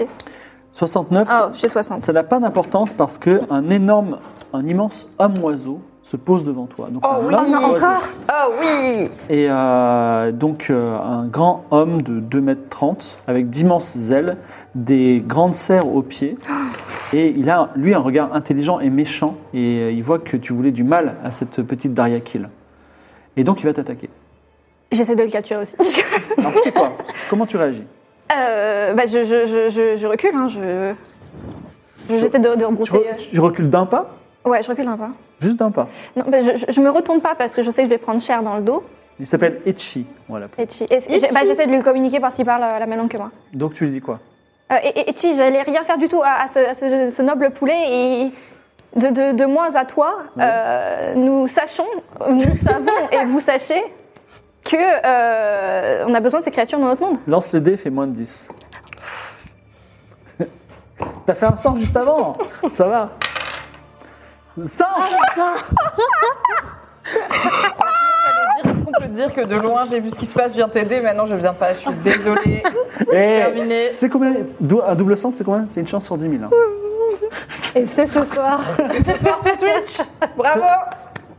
S2: 69,
S3: Ah, j'ai 60.
S2: ça n'a pas d'importance parce que un énorme, un immense homme-oiseau se pose devant toi. Donc, un
S3: Oh
S2: homme
S3: non,
S2: oiseau.
S3: encore
S4: Oh oui
S2: Et euh, donc, euh, un grand homme de 2m30 avec d'immenses ailes, des grandes serres aux pieds. Et il a, lui, un regard intelligent et méchant. Et euh, il voit que tu voulais du mal à cette petite Daria Kill. Et donc, il va t'attaquer.
S3: J'essaie de le capturer aussi.
S2: Alors, tu fais quoi Comment tu réagis
S3: Euh, bah, je, je, je, je, je recule, hein, je... je- J'essaie de, de
S2: tu, re-
S3: rebrousser. euh,
S2: tu recules d'un pas
S3: Ouais, je recule un peu. hein.
S2: Juste d'un pas.
S3: Non, bah, je, je- je me retourne pas parce que je sais que je vais prendre cher dans le dos.
S2: Il s'appelle Echi. Voilà.
S3: Et tu- et- j'ai- bah, j'essaie de lui communiquer parce qu'il parle euh, la même langue que moi.
S2: Donc, tu lui dis quoi
S3: Euh, et, et- et tu, j'allais rien faire du tout à, à ce, à ce- ce noble poulet et de, de, de moi à toi, euh, nous sachons, nous savons et vous sachez que euh, on a besoin de ces créatures dans notre monde.
S2: Lance le dé, fait moins de 10. T'as fait un 100 juste avant Ça va 100
S3: Ah,
S4: Est-ce qu'on peut dire que de loin, j'ai vu ce qui se passe, je viens t'aider, maintenant je viens pas, je suis désolée.
S2: Eh,
S4: Terminé.
S2: C'est combien dou- Un double 100, c'est combien C'est une chance sur 10 000. hein.
S5: Et c'est ce soir.
S4: Ce soir sur Twitch Bravo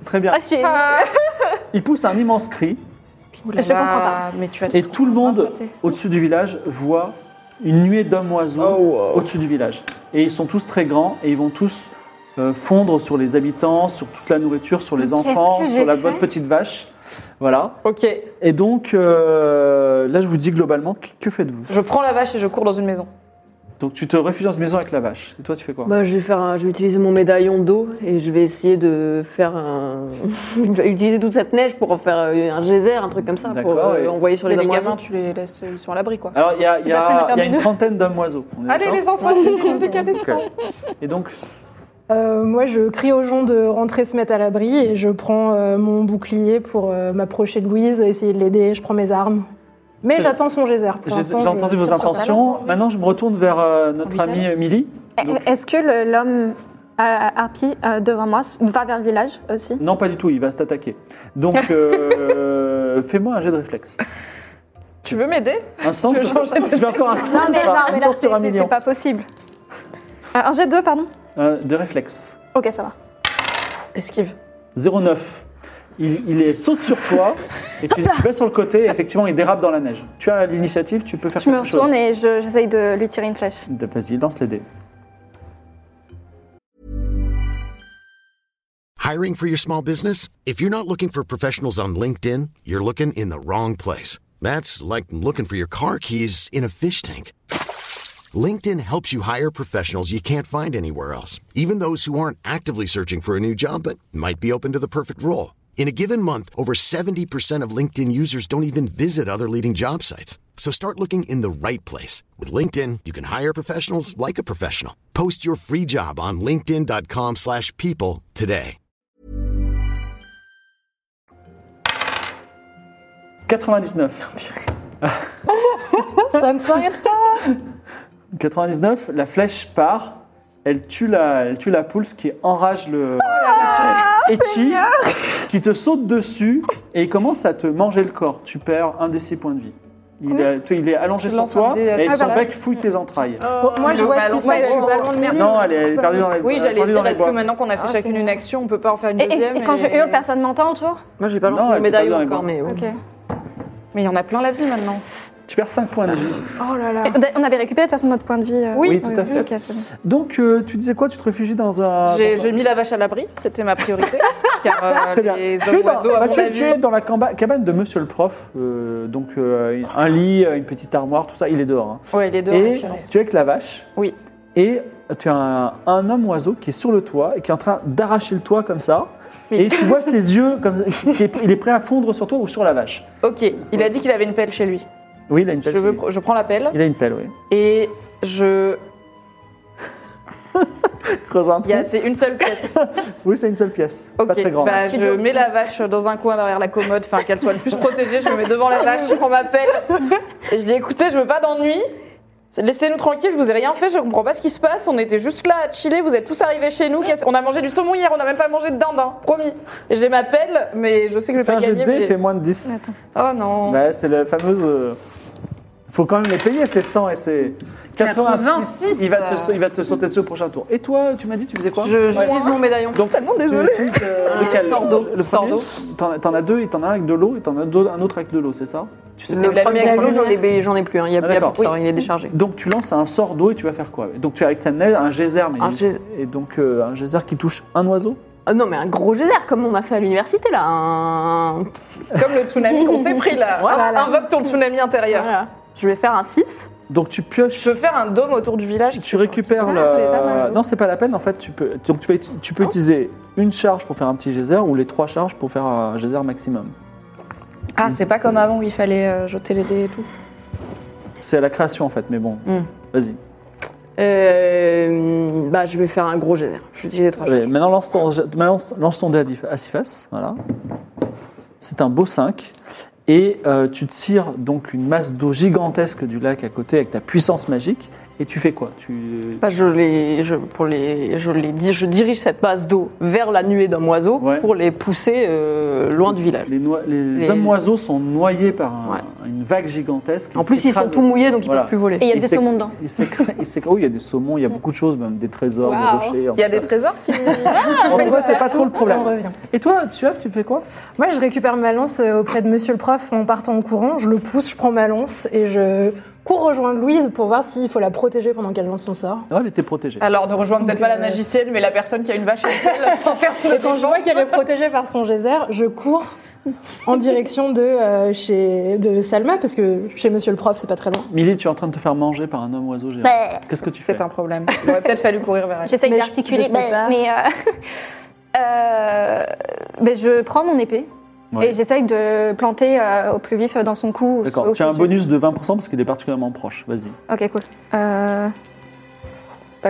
S2: Très bien.
S3: Ah, je, suis-
S2: Il pousse un immense cri
S3: je comprends pas.
S4: Mais tu vas
S2: et tout le monde au-dessus du village voit une nuée d'hommes-oiseaux
S6: Oh,
S2: au-dessus du village. Et ils sont tous très grands et ils vont tous euh, fondre sur les habitants, sur toute la nourriture, sur les enfants,
S3: que
S2: sur
S3: j'ai
S2: la
S3: fait
S2: bonne petite vache. Voilà.
S4: Ok,
S2: Et donc, euh, là, je vous dis globalement, que- que faites-vous
S4: je prends la vache et je cours dans une maison.
S2: Donc, tu te réfugies dans une maison avec la vache. Et toi, tu fais quoi
S6: Bah, je vais faire, un- je vais utiliser mon médaillon d'eau et je vais essayer de faire un, je vais utiliser toute cette neige pour en faire euh, un geyser, un truc comme ça, pour
S2: D'accord,
S6: euh,
S2: et-
S6: envoyer sur les
S4: Mais les
S6: hommes
S4: gamins,
S6: oiseaux.
S4: tu les laisses, ils sont à l'abri quoi.
S2: Alors, il y a, il y a-
S4: apprennent à faire
S2: il y a
S4: des
S2: une
S4: nœuds.
S2: trentaine d'hommes-oiseaux. On est
S4: Allez
S2: d'accord
S4: les enfants, les gamins.
S2: Ok. Et donc,
S5: Euh, moi, je crie aux gens de rentrer se mettre à l'abri et je prends euh, mon bouclier pour euh, m'approcher de Louise, essayer de l'aider. Je prends mes armes. Mais
S2: Euh,
S5: j'attends son geyser. Pour
S2: J'ai
S5: l'instant,
S2: j'ai
S5: je
S2: entendu
S5: tire
S2: vos
S5: sur la
S2: intentions.
S5: balance.
S2: Maintenant, je me retourne vers euh, notre
S4: Vitalik.
S2: amie Milly. Donc-
S3: Eh, Est-ce que le- l'homme euh, à pied euh, devant moi s- va vers le village aussi
S2: Non, pas du tout, il va t'attaquer. Donc, euh, fais-moi un jet de réflexe.
S4: Tu veux m'aider
S2: Un sens,
S4: veux
S2: ce sera-
S4: changer de
S2: tu fais encore un sens, ce sera une chance sur un
S3: c'est
S2: million.
S3: pas possible. Euh, un jet 2, pardon
S2: Euh, de réflexe.
S3: Ok, ça va.
S4: Esquive.
S2: 09. il, il est- saute sur toi et tu, tu vas sur le côté et effectivement il dérape dans la neige. Tu as l'initiative, tu peux faire
S3: Je me
S2: quelque chose.
S3: retourne et je- j'essaye de lui tirer une flèche.
S2: Vas-y, lance les dés.
S7: Hiring for your small business? If you're not looking for professionals on LinkedIn, you're looking in the wrong place. That's like looking for your car keys in a fish tank. LinkedIn helps you hire professionals you can't find anywhere else, even those who aren't actively searching for a new job but might be open to the perfect role. In a given month, over 70% of LinkedIn users don't even visit other leading job sites. So start looking in the right place. With LinkedIn, you can hire professionals like a professional. Post your free job on linkedin.com/people slash people today.
S2: 99.
S5: Ça ne s'arrête pas.
S2: 99, la flèche part, elle tue la, elle tue la poule, ce qui enrage le.
S3: Ah,
S2: et qui, qui te saute dessus et il commence à te manger le corps. Tu perds un des six points de vie. Il, est- tu- il est allongé
S4: Tu
S2: sur
S4: lances un
S2: toi
S4: dé à
S2: et
S4: sa
S2: son
S4: place.
S2: bec fouille tes entrailles.
S5: Bon,
S6: Oh,
S5: moi, je
S3: Mais
S5: vois
S3: au
S2: bah,
S5: ce qui se
S3: ballon,
S5: passe, je suis
S3: au
S5: pas
S3: ballon,
S5: loin de
S3: merde.
S5: mourir.
S2: Non, elle est perdue dans les
S4: Oui,
S2: euh,
S4: j'allais
S2: perdue
S4: dire,
S2: dans les
S4: est-ce que
S2: bois.
S4: maintenant qu'on a fait
S6: Ah,
S4: chacune
S6: c'est
S4: une action, on peut pas en faire une
S3: Et, et-
S4: deuxième
S3: et quand je
S4: et-
S3: hurle, personne m'entend autour
S6: Moi, j'ai pas
S2: Non,
S6: lancé
S2: elle
S6: mes
S2: est
S6: médaillons
S2: pas dans les
S6: encore,
S2: bois.
S6: mais. ouais.
S4: Mais il y en a plein la vie maintenant.
S2: Tu perds 5 points de vie.
S5: Oh là là.
S3: Et on a- On avait récupéré de toute façon notre point de vie. euh,
S2: Oui, tout à fait.
S3: ok, c'est bon.
S2: Donc, euh, tu disais quoi Tu te réfugies dans un.
S4: J'ai
S2: dans un-
S4: j'ai mis la vache à l'abri, c'était ma priorité. car euh,
S2: Ah, Très bien.
S4: les
S2: Tu es,
S4: hommes
S2: dans,
S4: oiseaux, à
S2: bah,
S4: mon
S2: tu es-
S4: avis-
S2: tu es dans la camba- cabane de monsieur le prof. euh, donc, euh, un lit, une petite armoire, tout ça, il est dehors. hein.
S4: Ouais, les deux.
S2: Et tu es avec la vache.
S4: Oui.
S2: Et tu as un, un homme oiseau qui est sur le toit et qui est en train d'arracher le toit comme ça.
S4: Oui.
S2: Et tu vois ses yeux, comme, qui est- il est prêt à fondre sur toi ou sur la vache.
S4: Ok, il a dit qu'il avait une pelle chez lui.
S2: Oui, il a une pelle.
S4: Je, veux
S2: chez lui.
S4: pr- je prends la pelle
S2: Il a une pelle, oui.
S4: et je.
S2: Creuse un
S4: il y
S2: trou.
S4: a- C'est une seule pièce.
S2: Oui, c'est une seule pièce.
S4: Ok,
S2: Pas très grande.
S4: bah, je mets la vache dans un coin derrière la commode, enfin qu'elle soit le plus protégée. Je me mets devant la vache, je prends ma pelle. Et je dis écoutez, je veux pas d'ennui. Laissez-nous tranquille, je vous ai rien fait, je comprends pas ce qui se passe. On était juste là à chiller, vous êtes tous arrivés chez nous. qu'est-ce- On a mangé du saumon hier, on a même pas mangé de dinde, hein, promis. Et J'ai ma pelle, mais je sais que je vais
S2: Fais
S4: pas
S2: un jet de
S4: gagner.
S2: dés,
S4: mais-
S2: fais moins de 10.
S4: Oh non.
S2: Ouais, c'est la fameuse. euh, Faut quand même les payer, ces 100 et ces 86.
S4: 86,
S2: il, va te,
S4: euh.
S2: sa- il va te sauter dessus au prochain tour. Et toi, tu m'as dit, tu faisais quoi
S6: Je-
S2: Ouais.
S6: J'utilise mon médaillon.
S2: Donc, tellement désolé.
S6: le sordo.
S2: euh, Le premier,
S6: Sordo.
S2: t'en t'en as deux, et t'en as un avec de l'eau et t'en as deux- un autre avec de l'eau, c'est ça Tu sais
S6: Le
S4: la
S6: premier
S4: lumière, la
S6: avec l'eau, j'en ai- j'en ai plus. hein. Il y a
S2: Ah,
S6: il y a
S2: d'accord.
S6: plus de sort, il est déchargé.
S2: Donc tu lances un sort d'eau et tu vas faire quoi Donc tu as avec ta neige un geyser, mais
S6: Un geyser.
S2: et donc euh, un geyser qui touche un oiseau.
S6: Ah non, mais un gros geyser, comme on a fait à l'université, là. Un...
S4: Comme le tsunami qu'on s'est pris là.
S6: Voilà.
S4: Invo- Invoque ton tsunami intérieur.
S6: Voilà. Je vais faire un 6.
S2: Donc tu pioches,
S4: Je veux faire un dôme autour du village.
S2: tu récupères
S3: Ah,
S2: la-
S3: c'est pas mal.
S2: Non, c'est pas la peine en fait. Tu peux donc tu, vas uti- tu peux utiliser une charge pour faire un petit geyser ou les trois charges pour faire un geyser maximum.
S4: Ah, c'est pas comme avant où il fallait euh, jeter les dés et tout.
S2: C'est à la création en fait, mais bon.
S4: Hmm.
S2: Vas-y.
S6: Euh, bah, je vais faire un gros geyser. Je vais utiliser 3.
S2: Allez, maintenant lance ton, maintenant, lance- lance ton dé à dix- à six faces. Voilà. C'est un beau 5. Et euh, tu tires donc une masse d'eau gigantesque du lac à côté avec ta puissance magique. Et tu fais quoi tu...
S6: Bah, je, les, je, pour les, je, les, di- je dirige cette base d'eau vers la nuée d'un oiseau
S2: Ouais.
S6: pour les pousser euh, loin du village.
S2: Les, noi- les
S6: Les-
S2: hommes oiseaux sont noyés par un- une vague gigantesque.
S6: En plus, ils sont
S2: s'écrasent.
S6: tout mouillés, donc ils
S2: Voilà.
S6: peuvent plus voler.
S3: Et il y a
S2: Et
S3: des
S2: c'est-
S3: saumons dedans.
S2: Ils s'écrasent- ils s'écrasent. Oh, il y a des saumons, il y a beaucoup de choses, même des trésors, des
S3: Waouh.
S2: rochers.
S4: Il y a des trésors qui.
S2: En tout cas, c'est pas trop le
S5: On
S2: problème.
S5: revient.
S2: Et toi, Suave, tu fais quoi
S5: Moi, je récupère ma lance euh, auprès de monsieur le prof en partant en courant. Je le pousse, je prends ma lance et je cours rejoindre Louise pour voir s'il faut la protéger pendant qu'elle lance son sort.
S2: Non, Ah, elle était protégée.
S4: Alors, ne rejoins peut-être pas la magicienne, mais la personne qui a une vache à elle, pour faire
S5: euh, Et quand je vois qu'elle est protégée par son geyser, je cours en direction de, euh, chez, de Salma, parce que chez monsieur le prof, c'est pas très loin.
S2: Millie, tu es en train de te faire manger par un homme oiseau géant.
S3: Ouais.
S2: Qu'est-ce que tu fais
S4: C'est un problème. Il aurait peut-être fallu courir vers elle.
S3: J'essaye
S5: Mais je-
S3: d'articuler,
S5: je sais
S3: mais,
S5: pas.
S3: mais, euh, euh, mais je prends mon épée
S2: Ouais.
S3: et j'essaye de planter euh, au plus vif dans son cou. au-
S2: D'accord,
S3: au-
S2: tu as un
S3: au-
S2: bonus de 20% parce qu'il est particulièrement proche. Vas-y.
S3: Ok, cool. Euh,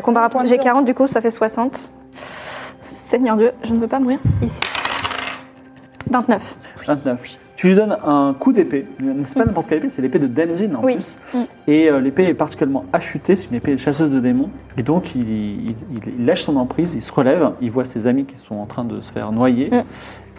S3: combat à point. J'ai 40 du coup, ça fait 60. Seigneur Dieu, je ne veux pas mourir ici. 29.
S2: 29. Tu lui donnes un coup d'épée. C'est pas n'importe quelle épée, c'est l'épée de Denzin en
S3: Oui.
S2: plus.
S3: Mm.
S2: Et euh, l'épée est particulièrement affûtée, c'est une épée de chasseuse de démons. Et donc il, il- il- il lâche son emprise, il se relève, il voit ses amis qui sont en train de se faire noyer.
S3: Mm.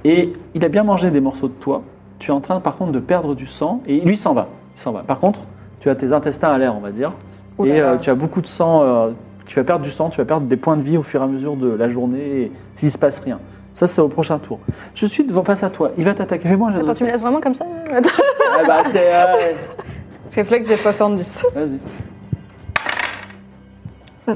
S2: Et il a bien mangé des morceaux de toi. Tu es en train par contre de perdre du sang et lui il s'en va. Il s'en va. Par contre, tu as tes intestins à l'air, on va dire.
S3: Oh
S4: Ouh là
S2: et
S4: là.
S2: euh, tu as beaucoup de sang. euh, tu vas perdre du sang, tu vas perdre des points de vie au fur et à mesure de la journée et s'il se passe rien. Ça, c'est au prochain tour. Je suis devant, face à toi. Il va t'attaquer. Fais-moi un jet de
S3: Attends, tu me
S2: réflexe.
S3: laisses vraiment comme ça là Attends.
S2: Ah bah, c'est. euh,
S4: Réflexe, j'ai 70.
S2: Vas-y.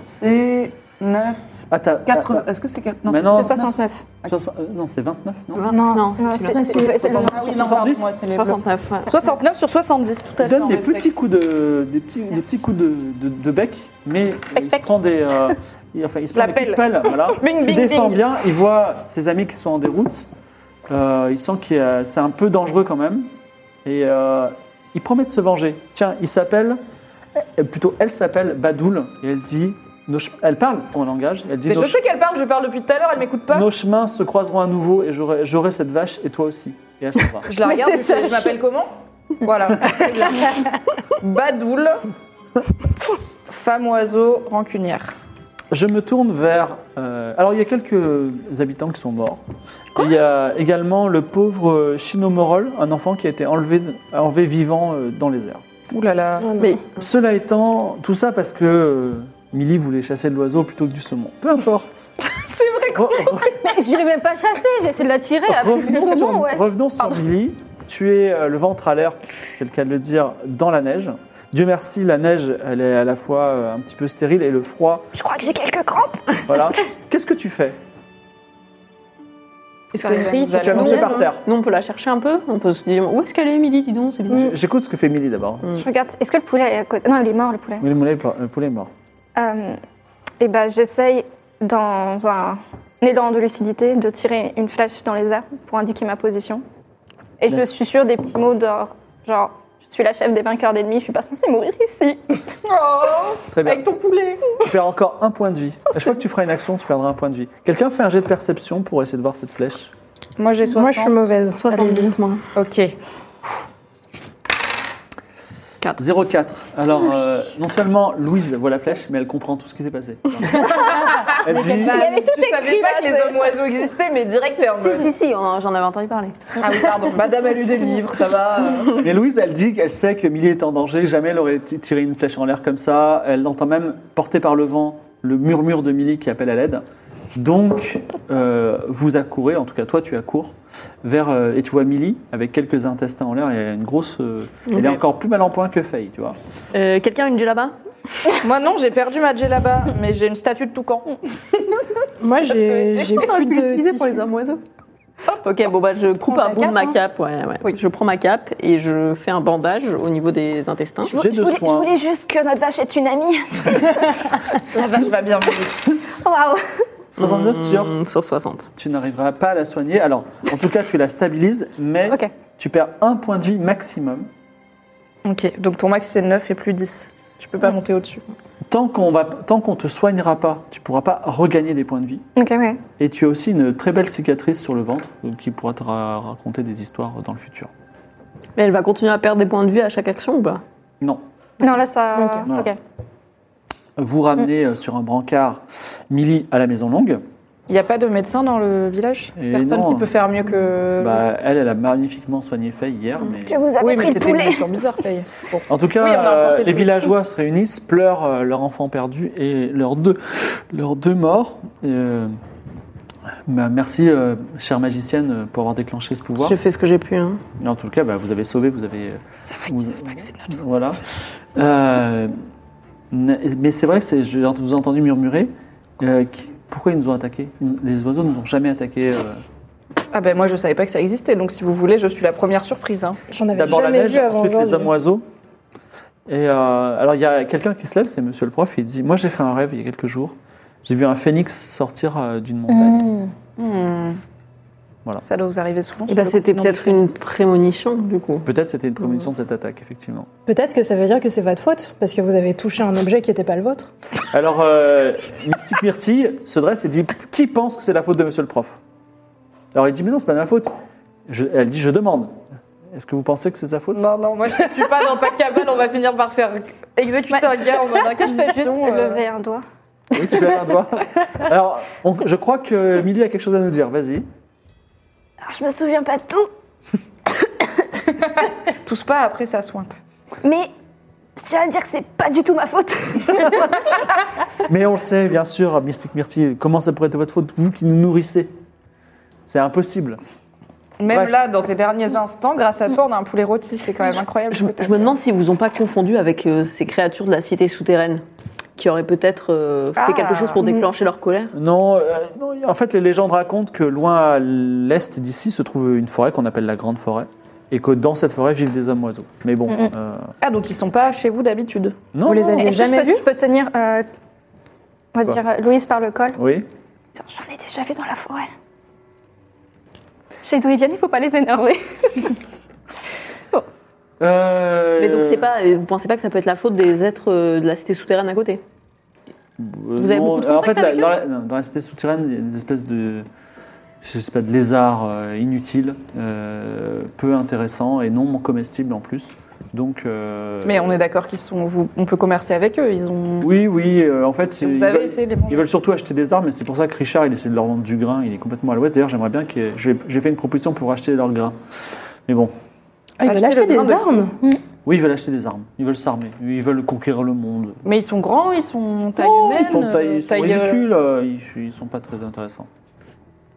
S4: C'est 9.
S2: Ah, t'as. t'as-
S4: Est-ce que c'est 4
S2: Mais non.
S4: Non, c'est 69.
S2: soixante- euh, non, c'est 29, non
S6: Non, non, c'est
S5: non,
S6: celui-là.
S5: c'est- c'est- c'est-
S2: Soixante-
S4: Ah oui, non, pardon,
S2: soixante-dix
S4: moi, c'est les bleus.
S6: 69, ouais.
S4: 69 sur 70, tout à
S2: Il
S4: fait.
S2: donne des petits coups de, des petits, des petits coups de, de, de bec, mais euh, il se
S3: bec.
S2: prend des, euh, il- enfin, il se prend
S4: La
S2: des
S4: pelle.
S2: coups de pelle. Voilà.
S4: Bing,
S2: il
S4: bing,
S2: défend
S4: bing.
S2: bien. Il voit ses amis qui sont en déroute. Euh, il sent que c'est un peu dangereux quand même, et euh, il promet de se venger. Tiens, il s'appelle, euh, plutôt elle s'appelle Badoul, et elle dit, nos che- elle parle ton langage. Elle dit,
S4: Mais
S2: nos,
S4: je sais qu'elle parle, je parle depuis tout à l'heure, elle m'écoute pas.
S2: nos chemins se croiseront à nouveau, et j'aurai j'aurai cette vache et toi aussi. Et elle s'en va.
S4: Je la regarde,
S3: c'est
S4: je
S3: ça.
S4: fais, je m'appelle comment Voilà. très bien. Badoul, femme oiseau, rancunière.
S2: Je me tourne vers. euh, alors, il y a quelques habitants qui sont morts. il y a également le pauvre euh, Chino Morol, un enfant qui a été enlevé, enlevé vivant euh, dans les airs.
S4: Ouh là là.
S5: non, non.
S6: Mais
S2: Cela étant, tout ça parce que euh, Millie voulait chasser de l'oiseau plutôt que du saumon. Peu importe. Oh,
S3: C'est vrai
S2: Re- re-
S3: que je l'ai même pas chassé, j'ai essayé de la tirer avec le
S2: revenons,
S3: saumon,
S2: sur,
S3: ouais.
S2: revenons sur Millie. Tu es euh, le ventre à l'air, c'est le cas de le dire, dans la neige. Dieu merci, la neige, elle est à la fois euh, un petit peu stérile et le froid.
S3: Je crois que j'ai quelques crampes.
S2: Voilà. Qu'est-ce que tu fais
S6: est-ce
S4: Enfin,
S6: que Ri,
S4: nous allons-
S2: Tu as mangé
S6: nous-
S2: par terre.
S6: Nous, on peut la chercher un peu. On peut se dire, où est-ce qu'elle est, Émilie Dis donc, c'est
S3: Mm.
S6: bizarre.
S2: J'écoute ce que fait Millie d'abord.
S3: Je regarde, est-ce que le poulet est à côté Non, il est mort le poulet.
S2: Oui, le poulet est mort- le poulet est mort.
S3: Euh, et ben j'essaye dans un élan de lucidité de tirer une flèche dans les airs pour indiquer ma position. Et je
S2: D'accord.
S3: suis sûre des petits mots d'or, genre je suis la chef des vainqueurs d'ennemis, je suis pas censée mourir ici.
S4: Oh,
S2: Très bien.
S4: avec ton poulet.
S2: Tu perds encore un point de
S3: Oh,
S2: vie. À chaque fois que tu feras une action, tu perdras un point de vie. Quelqu'un fait un jet de perception pour essayer de voir cette flèche.
S4: Moi j'ai 60.
S5: Moi, je suis mauvaise. Allez-y.
S6: 70 moins.
S4: Ok.
S2: 04. Alors, euh, non seulement Louise voit la flèche, mais elle comprend tout ce qui s'est passé. elle dit,
S4: Bah,
S3: avait tout
S4: je savais
S3: écrit,
S4: pas
S3: là,
S4: que les
S3: c'est-
S4: hommes oiseaux existaient, mais directeur.
S6: Si, si, si, on en- j'en avais entendu parler.
S4: Ah oui, pardon. Madame a lu des livres, ça va. euh.
S2: mais Louise, elle dit qu'elle sait que Millie est en danger. Jamais elle aurait t- tiré une flèche en l'air comme ça. Elle entend même, portée par le vent, le murmure de Millie qui appelle à l'aide. Donc, euh, vous accourez, en tout cas toi, tu accours, vers, euh, et tu vois Millie avec quelques intestins en l'air et une grosse. euh, Elle est encore plus mal en point que Faye, tu vois.
S6: Euh, Quelqu'un a une là-bas
S4: Moi non, j'ai perdu ma djellaba, mais j'ai une statue de toucan.
S5: Moi, j'ai j'ai plus de. tissu.
S6: oiseaux. Ok, bon bah je coupe
S4: prends
S6: un
S4: ta
S6: bout de
S4: cape,
S6: ma
S4: hein.
S6: cape, ouais, ouais. Je prends ma cape et je fais un bandage au niveau des intestins.
S2: J'ai
S3: je,
S2: de
S3: voulais, je
S2: soin.
S3: voulais juste que notre vache est une amie.
S4: La vache va bien.
S3: Waouh
S2: 69 Hmm, sur
S6: Mmh, sur 60.
S2: tu n'arriveras pas à la soigner. Alors, en tout cas, tu la stabilises, mais
S3: Ok.
S2: tu perds un point de vie maximum.
S4: Ok, donc ton max c'est 9 et plus 10. Je peux pas monter au-dessus.
S2: Tant qu'on va, tant qu'on te soignera pas, tu pourras pas regagner des points de vie.
S3: Ok, ouais.
S2: Et tu as aussi une très belle cicatrice sur le ventre euh, qui pourra te ra- raconter des histoires dans le futur.
S6: Mais elle va continuer à perdre des points de vue à chaque action ou pas
S2: Non.
S3: Non, là ça.
S2: Ok. Voilà. Vous ramenez euh, sur un brancard Millie à la maison longue.
S4: Il n'y a pas de médecin dans le village
S2: Et
S4: Personne
S2: non.
S4: qui peut faire mieux que.
S2: Bah, elle, elle a magnifiquement soigné Faye hier. Mais...
S3: Je vous avais
S4: Euh, oui, mais
S3: pris le
S4: c'était une
S3: poulet.
S4: blessure bizarre, Faye. Bon.
S2: En tout cas,
S4: Oui, on a
S2: euh,
S4: emporté le
S2: les
S4: poulet.
S2: villageois se réunissent, pleurent euh, leur enfant perdu et leurs deux, leurs deux morts. Euh, bah, merci, euh, chère magicienne, euh, pour avoir déclenché ce pouvoir.
S6: J'ai fait ce que j'ai pu. Hein.
S2: Mais en tout cas, bah, vous avez sauvé, vous avez. euh,
S4: Ça va
S2: vous-
S4: qu'ils savent pas que c'est de notre.
S2: Voilà. Euh, n- mais c'est vrai que c'est- je vous ai entendu murmurer. euh, qui- pourquoi ils nous ont attaqués Les oiseaux ne nous ont jamais attaqués. euh.
S4: Ah ben moi je savais pas que ça existait, donc si vous voulez, je suis la première surprise. hein.
S5: J'en avais
S2: D'abord la
S5: jamais
S2: neige,
S5: vu avant.
S2: ensuite les
S5: aujourd'hui.
S2: hommes oiseaux. Et euh, alors il y a quelqu'un qui se lève, c'est Monsieur le prof, il dit Moi j'ai fait un rêve il y a quelques jours. J'ai vu un phénix sortir euh, d'une montagne.
S5: Mmh.
S4: Hmm.
S2: Voilà.
S4: Ça doit vous arriver souvent.
S6: Et
S4: sur
S6: bah
S4: le
S6: c'était
S4: continent
S6: peut-être
S4: du
S6: une
S4: Phénix.
S6: prémonition du coup.
S2: Peut-être c'était une prémonition
S5: Mmh.
S2: de cette attaque, effectivement.
S5: Peut-être que ça veut dire que c'est votre faute, parce que vous avez touché un objet qui n'était pas le vôtre.
S2: Alors euh, Mystique Myrtille se dresse et dit Qui pense que c'est la faute de Monsieur le prof Alors il dit Mais non, c'est pas de ma faute. Je- elle dit Je demande. Est-ce que vous pensez que c'est sa faute
S4: Non, non, moi je suis pas dans ta cabane, on va finir par faire exécuter un gars en mode
S3: Est-ce que je peux juste
S4: inquisition. euh.
S3: lever un doigt
S2: Oui, tu lèves un doigt. Alors on- je crois que Millie a quelque chose à nous dire. Vas-y.
S3: Alors, Ah, Je me souviens pas de tout,
S4: Tousse pas après ça sointe.
S3: mais je tiens à dire que c'est pas du tout ma faute.
S2: Mais on le sait, bien sûr, Mystique Myrtille, comment ça pourrait être votre faute, vous qui nous nourrissez C'est impossible.
S4: Même
S2: Ouais.
S4: là, dans tes derniers instants, grâce à toi, on a un poulet rôti. C'est quand même incroyable.
S6: Je, je me demande s'ils vous ont pas confondu avec euh, ces créatures de la cité souterraine qui auraient peut-être euh, fait
S4: Ah.
S6: quelque chose pour déclencher leur colère.
S2: Non, euh, non, en fait, les légendes racontent que loin à l'est d'ici se trouve une forêt qu'on appelle la Grande Forêt. Et que dans cette forêt vivent des hommes oiseaux. Mais bon, euh,
S4: Ah, donc ils sont pas chez vous d'habitude.
S2: non.
S5: Vous les aviez
S3: Est-ce que
S5: jamais
S3: je peux,
S5: vus
S3: je peux tenir, euh, on va
S2: Quoi
S3: dire, euh, Louise par le col
S2: Oui.
S3: J'en ai déjà vu dans la forêt. Je sais d'où ils viennent, il faut pas les énerver.
S2: Euh,
S6: Mais donc c'est pas, et vous pensez pas que ça peut être la faute des êtres euh, de la cité souterraine à côté
S2: Euh,
S6: Vous avez
S2: non,
S6: beaucoup de
S2: alors, En
S6: contacts
S2: fait, la-
S6: avec
S2: dans, la, dans la cité souterraine, il y a des espèces de, je sais pas, de lézards euh, inutiles, euh, peu intéressants et non comestibles en plus. Donc, euh,
S4: Mais on est d'accord qu'ils sont. vous- on peut commercer avec eux. Ils ont.
S2: Oui, oui. euh, en fait,
S4: vous
S2: ils
S4: avez
S2: veulent-
S4: essayé de les manger.
S2: Ils veulent surtout acheter des armes, et c'est pour ça que Richard, il essaie de leur vendre du grain. Il est complètement à l'ouest. D'ailleurs, j'aimerais bien que j'ai j'ai fait une proposition pour acheter leur grain. Mais bon,
S5: Ah, ils veulent
S4: Acheter le
S5: acheter
S4: grain
S5: des
S4: de
S5: armes
S2: oui, ils veulent acheter des armes. Ils veulent s'armer. Ils veulent conquérir le monde.
S4: Mais ils sont grands, ils sont taille
S2: Non,
S4: humaine.
S2: ils sont, taille-
S4: euh,
S2: ils sont
S4: taille, euh,
S2: ridicules. euh, Ils, ils sont pas très intéressants.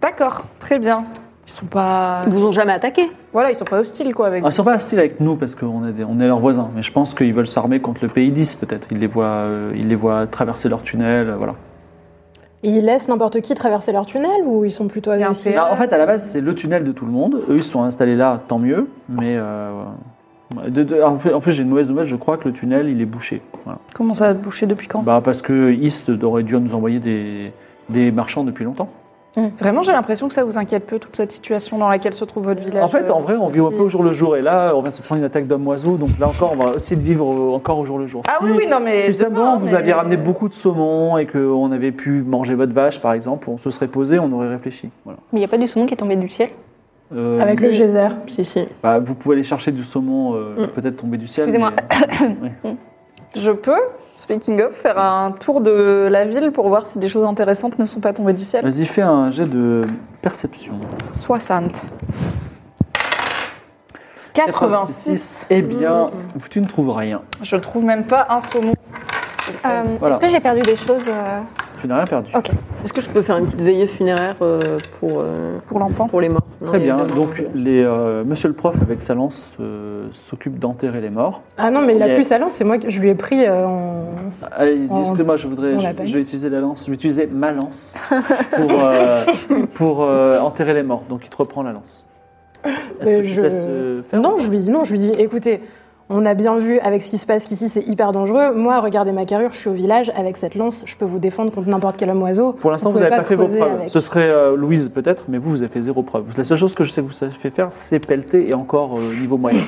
S4: D'accord, très bien. Ils sont pas.
S6: Ils vous ont jamais attaqué
S4: Voilà, ils sont pas hostiles quoi avec.
S2: Ah, ils sont pas hostiles avec nous parce qu'on est, des- on est leurs voisins. Mais je pense qu'ils veulent s'armer contre le pays 10 peut-être. Ils les voient, euh, ils les voient traverser leur tunnel, euh, voilà.
S5: Ils laissent n'importe qui traverser leur tunnel ou ils sont plutôt
S4: y a un
S5: agressifs
S4: PA.
S2: Alors, en fait, à la base, c'est le tunnel de tout le monde. Eux, ils sont installés là, tant mieux. Mais euh, ouais. De- de- en plus, en plus, j'ai une mauvaise nouvelle. Je crois que le tunnel, il est bouché. Voilà.
S4: Comment ça a bouché depuis quand
S2: Bah parce que East aurait dû nous envoyer des, des marchands depuis longtemps.
S4: Vraiment, j'ai l'impression que ça vous inquiète peu toute cette situation dans laquelle se trouve votre village.
S2: En fait, en vrai, on vit un peu au jour le jour. Et là, on va se prendre une attaque d'hommes-oiseaux. Donc là encore, on va essayer de vivre au- encore au jour le jour.
S4: Ah oui,
S2: Si-
S4: oui, non, mais
S2: Si simplement
S4: demain,
S2: vous
S4: mais- euh,
S2: aviez ramené beaucoup de saumon et qu'on avait pu manger votre vache, par exemple, on se serait posé, on aurait réfléchi. Voilà.
S6: Mais il n'y a pas du saumon qui est tombé du ciel
S2: Euh,
S5: avec le geyser.
S6: Si, si.
S2: bah, vous pouvez aller chercher du saumon, euh,
S6: Mm.
S2: peut-être tombé du ciel.
S3: Excusez-moi.
S2: mais- euh, Ouais.
S4: Je peux, speaking of, faire un tour de la ville pour voir si des choses intéressantes ne sont pas tombées du ciel.
S2: Vas-y, fais un jet de perception.
S4: 60.
S2: 86. Eh bien, tu ne trouves rien.
S4: Je trouve même pas un saumon.
S2: Voilà.
S3: Euh, Est-ce que j'ai perdu des choses euh,
S2: Tu n'as rien perdu.
S3: Ok.
S6: Est-ce que je peux faire une petite veillée funéraire euh, pour, euh,
S4: Pour l'enfant
S6: pour les morts Non,
S2: Très
S6: les
S2: bien.
S6: demain,
S2: Donc,
S6: je-
S2: les, euh, monsieur le prof, avec sa lance, euh, s'occupe d'enterrer les morts.
S5: Ah non, mais il a
S2: Yeah.
S5: plus sa lance, c'est moi qui je lui ai pris euh, en.
S2: Allez,
S5: On-
S2: Ah, Excusez-moi, je voudrais.
S5: on
S2: Je,
S5: l'appelle.
S2: je vais utiliser la lance. Je vais utiliser ma lance pour, euh, pour euh, enterrer les morts. Donc, il te reprend la lance. Est-ce que
S5: Mais
S2: tu
S5: je-
S2: te laisses euh, faire
S5: Non, je lui dis non, je lui dis écoutez, on a bien vu avec ce qui se passe qu'ici c'est hyper dangereux. Moi, regardez ma carrure, je suis au village avec cette lance, je peux vous défendre contre n'importe quel homme oiseau.
S2: Pour l'instant, vous
S5: pouvez
S2: n'avez pas, fait vos
S5: creuser
S2: preuves.
S5: avec.
S2: Ce serait euh, Louise peut-être, mais vous, vous avez fait zéro preuve. La seule chose que je sais que vous savez faire, c'est pelleter et encore euh, niveau moyen.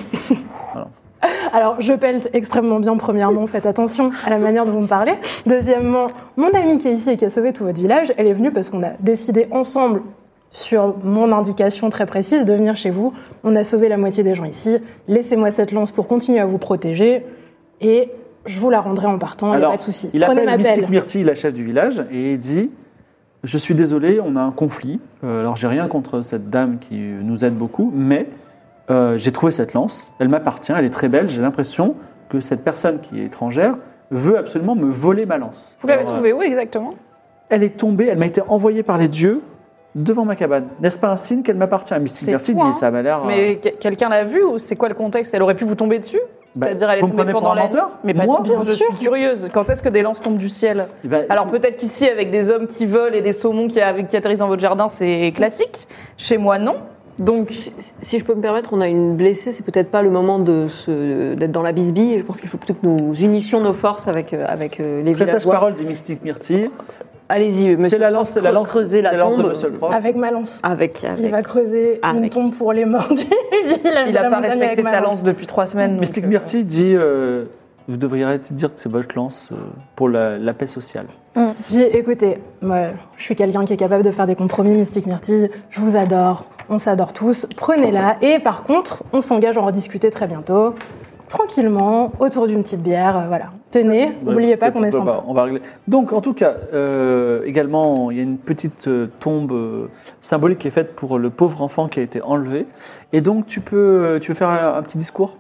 S5: Alors, je pelte extrêmement bien, premièrement, faites attention à la manière dont vous me parlez. Deuxièmement, mon amie qui est ici et qui a sauvé tout votre village, elle est venue parce qu'on a décidé ensemble, sur mon indication très précise, de venir chez vous. On a sauvé la moitié des gens ici. Laissez-moi cette lance pour continuer à vous protéger et je vous la rendrai en partant, il n'y a
S2: Alors,
S5: pas de souci.
S2: il
S5: Prenez
S2: appelle
S5: ma pelle.
S2: Mystique Myrtille, la chef du village, et il dit Je suis désolé, on a un conflit. Euh, alors, j'ai rien contre cette dame qui euh, nous aide beaucoup, mais euh, j'ai trouvé cette lance. Elle m'appartient, elle est très belle. J'ai l'impression que cette personne qui est étrangère veut absolument me voler ma lance.
S4: Vous l'avez
S2: Alors,
S4: trouvé où exactement
S2: euh, Elle est tombée, elle m'a été envoyée par les dieux devant ma cabane. N'est-ce pas un signe qu'elle m'appartient Mystique
S4: C'est
S2: Myrtille
S4: fou,
S2: dit
S4: hein.
S2: Ça m'a l'air. euh,
S4: Mais que- quelqu'un l'a vu ou c'est quoi le contexte Elle aurait pu vous tomber dessus
S2: bah,
S4: C'est-à-dire elle est
S2: vous me
S4: tombée
S2: prenez pour
S4: pendant
S2: un
S4: la
S2: menteur
S4: Mais pas
S2: Moi
S4: du tout, je suis curieuse. Quand est-ce que des lances tombent du ciel
S2: Eh ben,
S4: Alors peut-être qu'ici, avec des hommes qui volent et des saumons qui, arri- qui atterrissent dans votre jardin, c'est classique. Chez moi, non.
S6: Donc, si, si je peux me permettre, on a une blessée, c'est peut-être pas le moment de se- d'être dans la bisbille. Je pense qu'il faut plutôt que nous unissions nos forces avec, euh, avec euh, les
S2: Très sage
S6: villageois.
S2: parole dit Mystique Myrtille.
S6: Allez-y,
S2: C'est
S6: monsieur.
S2: la
S6: le prof,
S2: lance, c'est la
S6: cre-
S2: lance,
S6: Creusez la
S2: c'est la lance de
S6: tombe.
S2: monsieur le prof.
S5: Avec ma lance.
S6: Avec,
S5: Il
S6: avec.
S5: va creuser une
S6: Avec.
S5: tombe pour les morts du village. de
S4: Il
S5: la
S4: n'a pas
S5: montagne avec
S4: respecté
S5: ma
S4: ta lance depuis trois semaines. donc,
S2: Mystique
S4: euh,
S2: Myrtille dit euh, Vous devriez arrêter de dire que c'est votre lance euh, pour la, la paix sociale.
S5: J'ai écoutez, moi, je suis quelqu'un qui est capable de faire des compromis, Mystique Myrtille. Je vous adore, on s'adore tous. Prenez-la. Et par contre, on s'engage à en rediscuter très bientôt, tranquillement, autour d'une petite bière. euh, Voilà. Tenez, n'oubliez pas qu'on est
S2: Pourquoi
S5: sympa.
S2: pas, On va régler. Donc, en tout cas, euh, également, il y a une petite euh, tombe euh, symbolique qui est faite pour le pauvre enfant qui a été enlevé. Et donc, tu peux, euh, tu veux faire un, un petit discours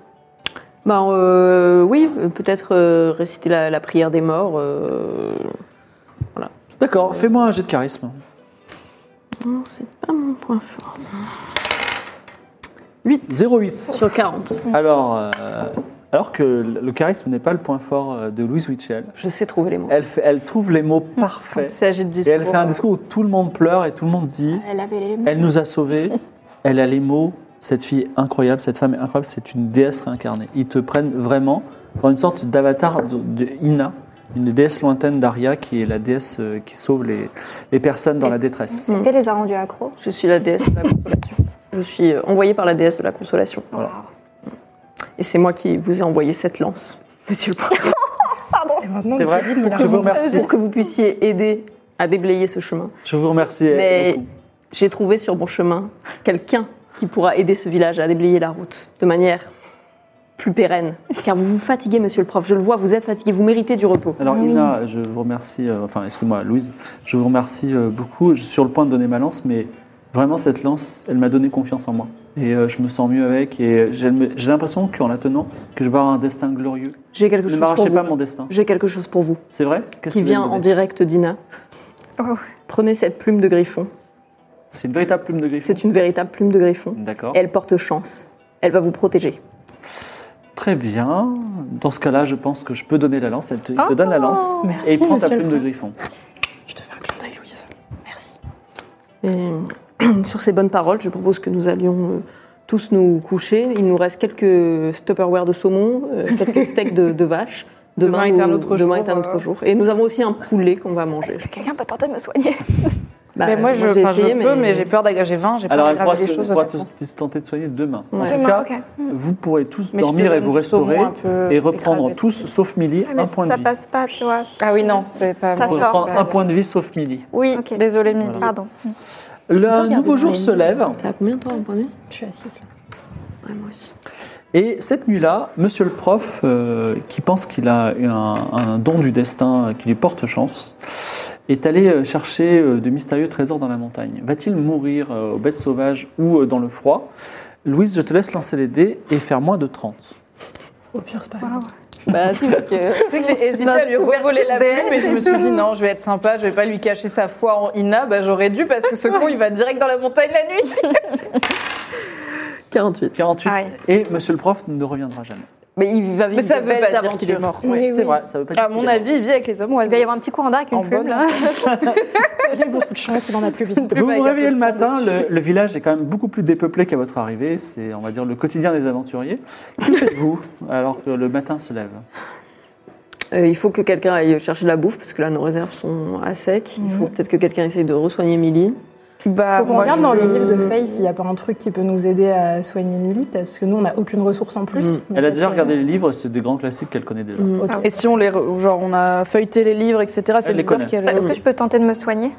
S6: Bah, euh, oui, euh, peut-être euh, réciter la, la prière des morts. euh,
S2: D'accord, fais-moi un jet de charisme.
S6: Non, c'est pas mon point fort. ça.
S2: 08.
S6: Sur 40.
S2: Alors, euh, alors que le charisme n'est pas le point fort euh, de Louise Witchell,
S6: Je sais trouver les mots.
S2: elle, fait- elle trouve les mots
S4: Quand il
S2: parfaits.
S4: s'agit de
S2: Et
S4: discours.
S2: elle fait un discours où tout le monde pleure et tout le monde dit
S3: Elle avait les
S2: Elle nous a sauvés, elle a les mots, cette fille est incroyable, cette femme est incroyable, c'est une déesse réincarnée. Ils te prennent vraiment pour une sorte d'avatar de, de Ina, une déesse lointaine d'Aria qui est la déesse euh, qui sauve les, les personnes dans la détresse.
S3: Est-ce qu'elle les a rendus accros
S6: Je suis la déesse de la consolation. Je suis euh, envoyée par la déesse de la consolation. Et c'est moi qui vous ai envoyé cette lance, monsieur le prince,
S5: Et maintenant,
S2: C'est vrai
S5: David me la
S2: Je vous
S5: remonte.
S2: remercie.
S6: pour que vous puissiez aider à déblayer ce chemin.
S2: Je vous remercie. euh,
S6: Mais
S2: beaucoup.
S6: j'ai trouvé sur mon chemin quelqu'un qui pourra aider ce village à déblayer la route de manière plus pérenne. Car vous vous fatiguez, monsieur le prof. Je le vois, vous êtes fatigué, vous méritez du repos.
S2: Alors Ina, je vous remercie, euh, enfin excuse-moi Louise, je vous remercie euh, beaucoup. Je suis sur le point de donner ma lance, mais vraiment cette lance, elle m'a donné confiance en moi. Et euh, je me sens mieux avec, et j'ai j'ai l'impression qu'en la tenant, que je vais avoir un destin glorieux.
S6: J'ai quelque
S2: Ne
S6: chose pour
S2: m'arrachez
S6: vous.
S2: pas mon destin.
S6: J'ai quelque chose pour vous
S2: C'est vrai Qu'est-ce
S6: qui
S2: que vous allez
S6: vient
S2: me
S6: en
S2: donner
S6: direct d'Ina. Prenez cette plume de griffon.
S2: C'est une véritable plume de griffon.
S6: C'est une véritable plume de griffon.
S2: D'accord.
S6: Elle porte chance. Elle va vous protéger.
S2: Très bien. Dans ce cas-là, je pense que je peux donner la lance. Elle te, il te donne la lance.
S5: Merci,
S2: et il prend ta
S5: monsieur le
S2: plume de griffon.
S5: Je te fais un clin d'œil, Louise. Merci.
S6: Et sur ces bonnes paroles, je propose que nous allions euh, tous nous coucher. Il nous reste quelques Tupperware de saumon, euh, quelques steaks de, de vache.
S4: Demain est un
S6: nous-
S4: autre
S6: demain
S4: jour,
S6: est un autre
S4: euh.
S6: jour. Et nous avons aussi un poulet qu'on va manger.
S3: Est-ce que quelqu'un peut tenter de me soigner
S6: Bah,
S4: mais moi, je,
S6: j'ai
S4: enfin, je
S6: essayé,
S4: peux, mais j'ai peur d'aggraver 20, j'ai peur
S2: Alors, elle pourra,
S4: d'aggraver
S2: se,
S4: des choses.
S2: pourra
S4: honnêtement.
S2: te- te- tenter de soigner demain.
S6: Ouais.
S2: En tout
S3: Demain,
S2: cas,
S3: ok.
S2: vous pourrez tous
S4: Mais je te
S2: dormir et
S4: donne
S2: vous
S4: du saumon
S2: restaurer
S4: un peu
S2: et reprendre
S4: écrasé.
S2: tous, sauf Millie,
S3: Ah, mais
S2: un point de
S3: ça
S2: vie.
S3: passe pas, tu vois.
S4: Ah oui, non, c'est pas
S3: Ça
S2: Vous
S4: bon.
S2: pouvez
S3: sort.
S2: prendre un point de vie, sauf Millie.
S4: Oui,
S3: Ok.
S4: désolé, Millie.
S2: Voilà.
S3: Pardon.
S2: Le nouveau jour se lève
S6: T'as combien de temps en point de vue
S5: Je suis assise.
S6: Ouais, moi aussi.
S2: et cette nuit-là, monsieur le prof, euh, qui pense qu'il a eu un, un don du destin euh, qui lui porte chance, est allé euh, chercher euh, de mystérieux trésors dans la montagne. Va-t-il mourir euh, aux bêtes sauvages ou euh, dans le froid Louise, je te laisse lancer les dés et faire moins de 30.
S5: Au pire, c'est pas grave.
S6: Bah, si, parce que-
S4: C'est que j'ai hésité
S6: Notre
S4: à lui voler la
S6: ouverture
S4: plume, mais je me suis dit non, je vais être sympa, je vais pas lui cacher sa foi en Ina, bah j'aurais dû parce que ce con il va direct dans la montagne la nuit.
S6: 48.
S2: 48.
S3: Ah ouais.
S2: Et monsieur le prof ne reviendra jamais.
S6: Mais il va
S4: Mais
S6: vivre
S4: ça
S6: de
S4: veut
S6: belles
S4: pas dire
S6: aventures.
S4: qu'il est mort.
S5: Mais
S2: C'est
S5: oui.
S2: vrai, ça veut pas dire
S4: À
S2: qu'il
S4: mon
S2: est
S4: avis, il vit avec les hommes
S3: Il va y avoir un petit coup en dents avec une
S4: En
S3: plume,
S4: bonne
S3: là.
S5: Il a eu beaucoup de chance, il en a plus besoin.
S2: Vous vous
S4: avec un
S2: réveillez
S4: peu
S2: le
S4: de
S2: matin, le, le village est quand même beaucoup plus dépeuplé qu'à votre arrivée. C'est, on va dire, le quotidien des aventuriers. Que faites-vous alors que le matin se lève
S6: Euh, il faut que quelqu'un aille chercher de la bouffe, parce que là, nos réserves sont à sec. Il faut peut-être que quelqu'un essaye de resoigner Millie.
S4: Bah,
S5: Faut qu'on regarde dans les livres de Faye s'il n'y a pas un truc qui peut nous aider à soigner Millie, peut-être, parce que nous, on n'a aucune ressource en plus.
S6: Mm.
S5: Mais
S2: Elle a
S5: peut-être
S2: déjà
S5: que-
S2: regardé les livres, c'est des grands classiques qu'elle connaît déjà.
S6: Mm.
S5: Ok.
S4: Et si on les. re- Genre, on a feuilleté les livres, etc. C'est
S2: Elle les
S4: bizarre
S2: connaît.
S4: qu'elle.
S3: Bah, Est-ce que je peux tenter de me soigner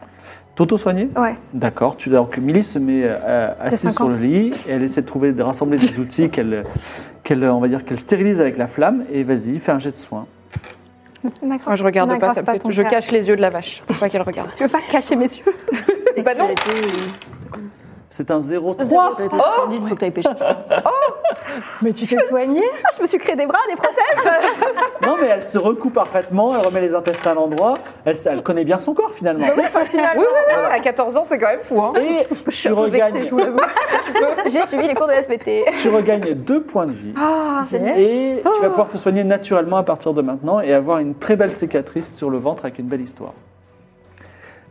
S2: T'auto-soigner
S3: Ouais.
S2: D'accord. Tu, donc, Millie se met euh, assise sur le lit. et elle essaie de trouver, de rassembler des outils qu'elle, qu'elle, on va dire, qu'elle stérilise avec la flamme. Et vas-y, fais un jet de soin.
S3: D'accord.
S4: Moi, je regarde pas,
S3: N'aggrave
S4: ça
S3: pas
S4: peut être-
S3: ton
S4: Je
S3: frère.
S4: cache les yeux de la vache pour pas qu'elle regarde.
S3: Tu veux pas cacher mes yeux
S4: bah non
S2: C'est un 0,3.
S6: Oh faut que t'ailles pêcher.
S5: Mais tu t'es soigné
S3: Ah, Je me suis créé des bras, des prothèses
S2: Non, mais elle se recoupe parfaitement. Elle remet les intestins à l'endroit. Elle, elle connaît bien son corps finalement.
S4: Oui, oui, oui, à 14 ans, c'est quand même fou, hein.
S2: Et tu regagnes,
S3: J'ai suivi les cours de SVT.
S2: tu regagnes deux points de vie.
S3: Ah, génial.
S2: Et tu vas pouvoir te soigner naturellement à partir de maintenant et avoir une très belle cicatrice sur le ventre avec une belle histoire.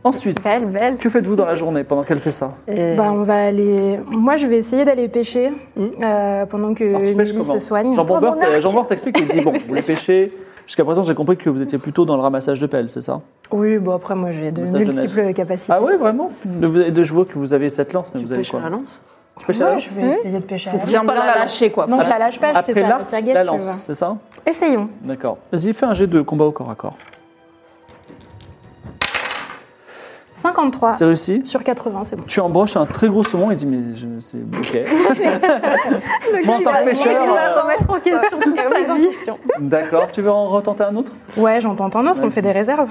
S2: Ensuite,
S3: Belle, belle.
S2: que faites-vous dans la journée pendant qu'elle fait ça
S5: Bah, on va aller. Moi, je vais essayer d'aller pêcher euh, pendant que
S2: Alors, tu pêches
S5: Millie
S2: comment
S5: se soigne.
S2: Jean Bourbeur
S3: mon arc
S2: Jean Bourbeur t'explique, il dit bon, vous les pêchez. Jusqu'à présent, j'ai compris que vous étiez plutôt dans le ramassage de pelles, c'est ça
S5: Oui, bon, après, moi, j'ai de
S2: Message de
S5: multiples capacités.
S2: Ah ouais, vraiment de, vous- de jouer que vous avez cette lance, mais vous avez
S6: Pêche
S2: quoi
S6: à la lance.
S2: Tu pêches à la
S5: Ouais,
S2: lance
S5: je vais essayer de pêcher à la
S4: Bien, hein. bien la lâcher, quoi.
S5: Donc, la lâche pas, je fais
S2: Après
S5: ça
S2: l'arc,
S5: avec sa
S2: la
S5: guette, tu vois.
S2: lance, c'est ça
S5: Essayons.
S2: D'accord. Vas-y, fais un jet de combat au corps à corps.
S5: 53
S2: C'est réussi
S5: sur 80, c'est bon.
S2: Tu embroches un très gros saumon et dis mais je, c'est ok. Moi en tant que pêcheur,
S3: Il va
S2: euh,
S3: s'en mettre en question. Il va remettre en question.
S2: d'accord. Tu veux en retenter un autre
S5: Ouais, j'en tente un autre, on
S2: Vas-y.
S5: fait des réserves.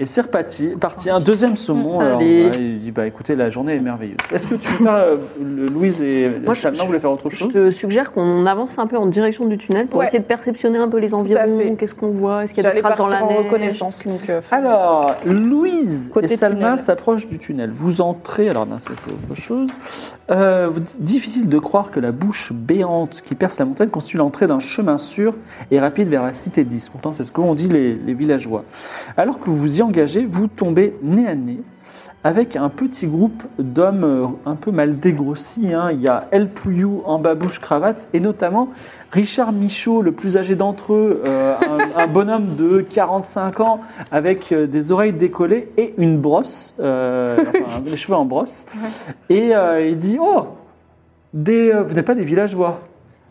S2: Et c'est reparti, parti un deuxième saumon. Alors,
S6: Allez.
S2: ouais, il dit bah écoutez, la journée est merveilleuse. Est-ce que tu veux faire, euh, le- Louise et
S6: Moi, je-
S2: Chalmin, vous voulez faire autre
S6: Je
S2: chose
S6: te suggère qu'on avance un peu en direction du tunnel pour
S4: Ouais.
S6: essayer de perceptionner un peu les
S4: fait.
S6: environs. Qu'est-ce qu'on voit Est-ce qu'il y a des
S4: J'allais
S6: traces dans la
S4: partir en
S6: neige
S4: reconnaissance. Donc, euh, faut-
S2: Alors, Louise
S4: Côté
S2: et Salma
S4: tunnel.
S2: s'approchent du tunnel. Vous entrez, alors non, ça c'est autre chose. Euh, difficile de croire que la bouche béante qui perce la montagne constitue l'entrée d'un chemin sûr et rapide vers la cité 10. Pourtant, c'est ce que l'on dit les, les villageois. Alors que vous y engagez, vous tombez nez à nez avec un petit groupe d'hommes euh, un peu mal dégrossis. hein. Il y a El Pouillou en babouche cravate et notamment Richard Michaud, le plus âgé d'entre eux, euh, un, un bonhomme de 45 ans avec euh, des oreilles décollées et une brosse, euh, enfin, les cheveux en brosse. Et euh, il dit Oh, des, euh, vous n'êtes pas des villageois.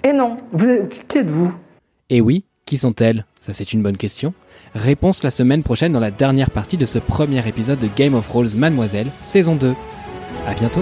S3: Et non.
S2: Vous êtes- qui êtes-vous
S1: Et oui, qui sont-elles Ça c'est une bonne question. Réponse la semaine prochaine dans la dernière partie de ce premier épisode de Game of Rolls Mademoiselle, saison 2. À bientôt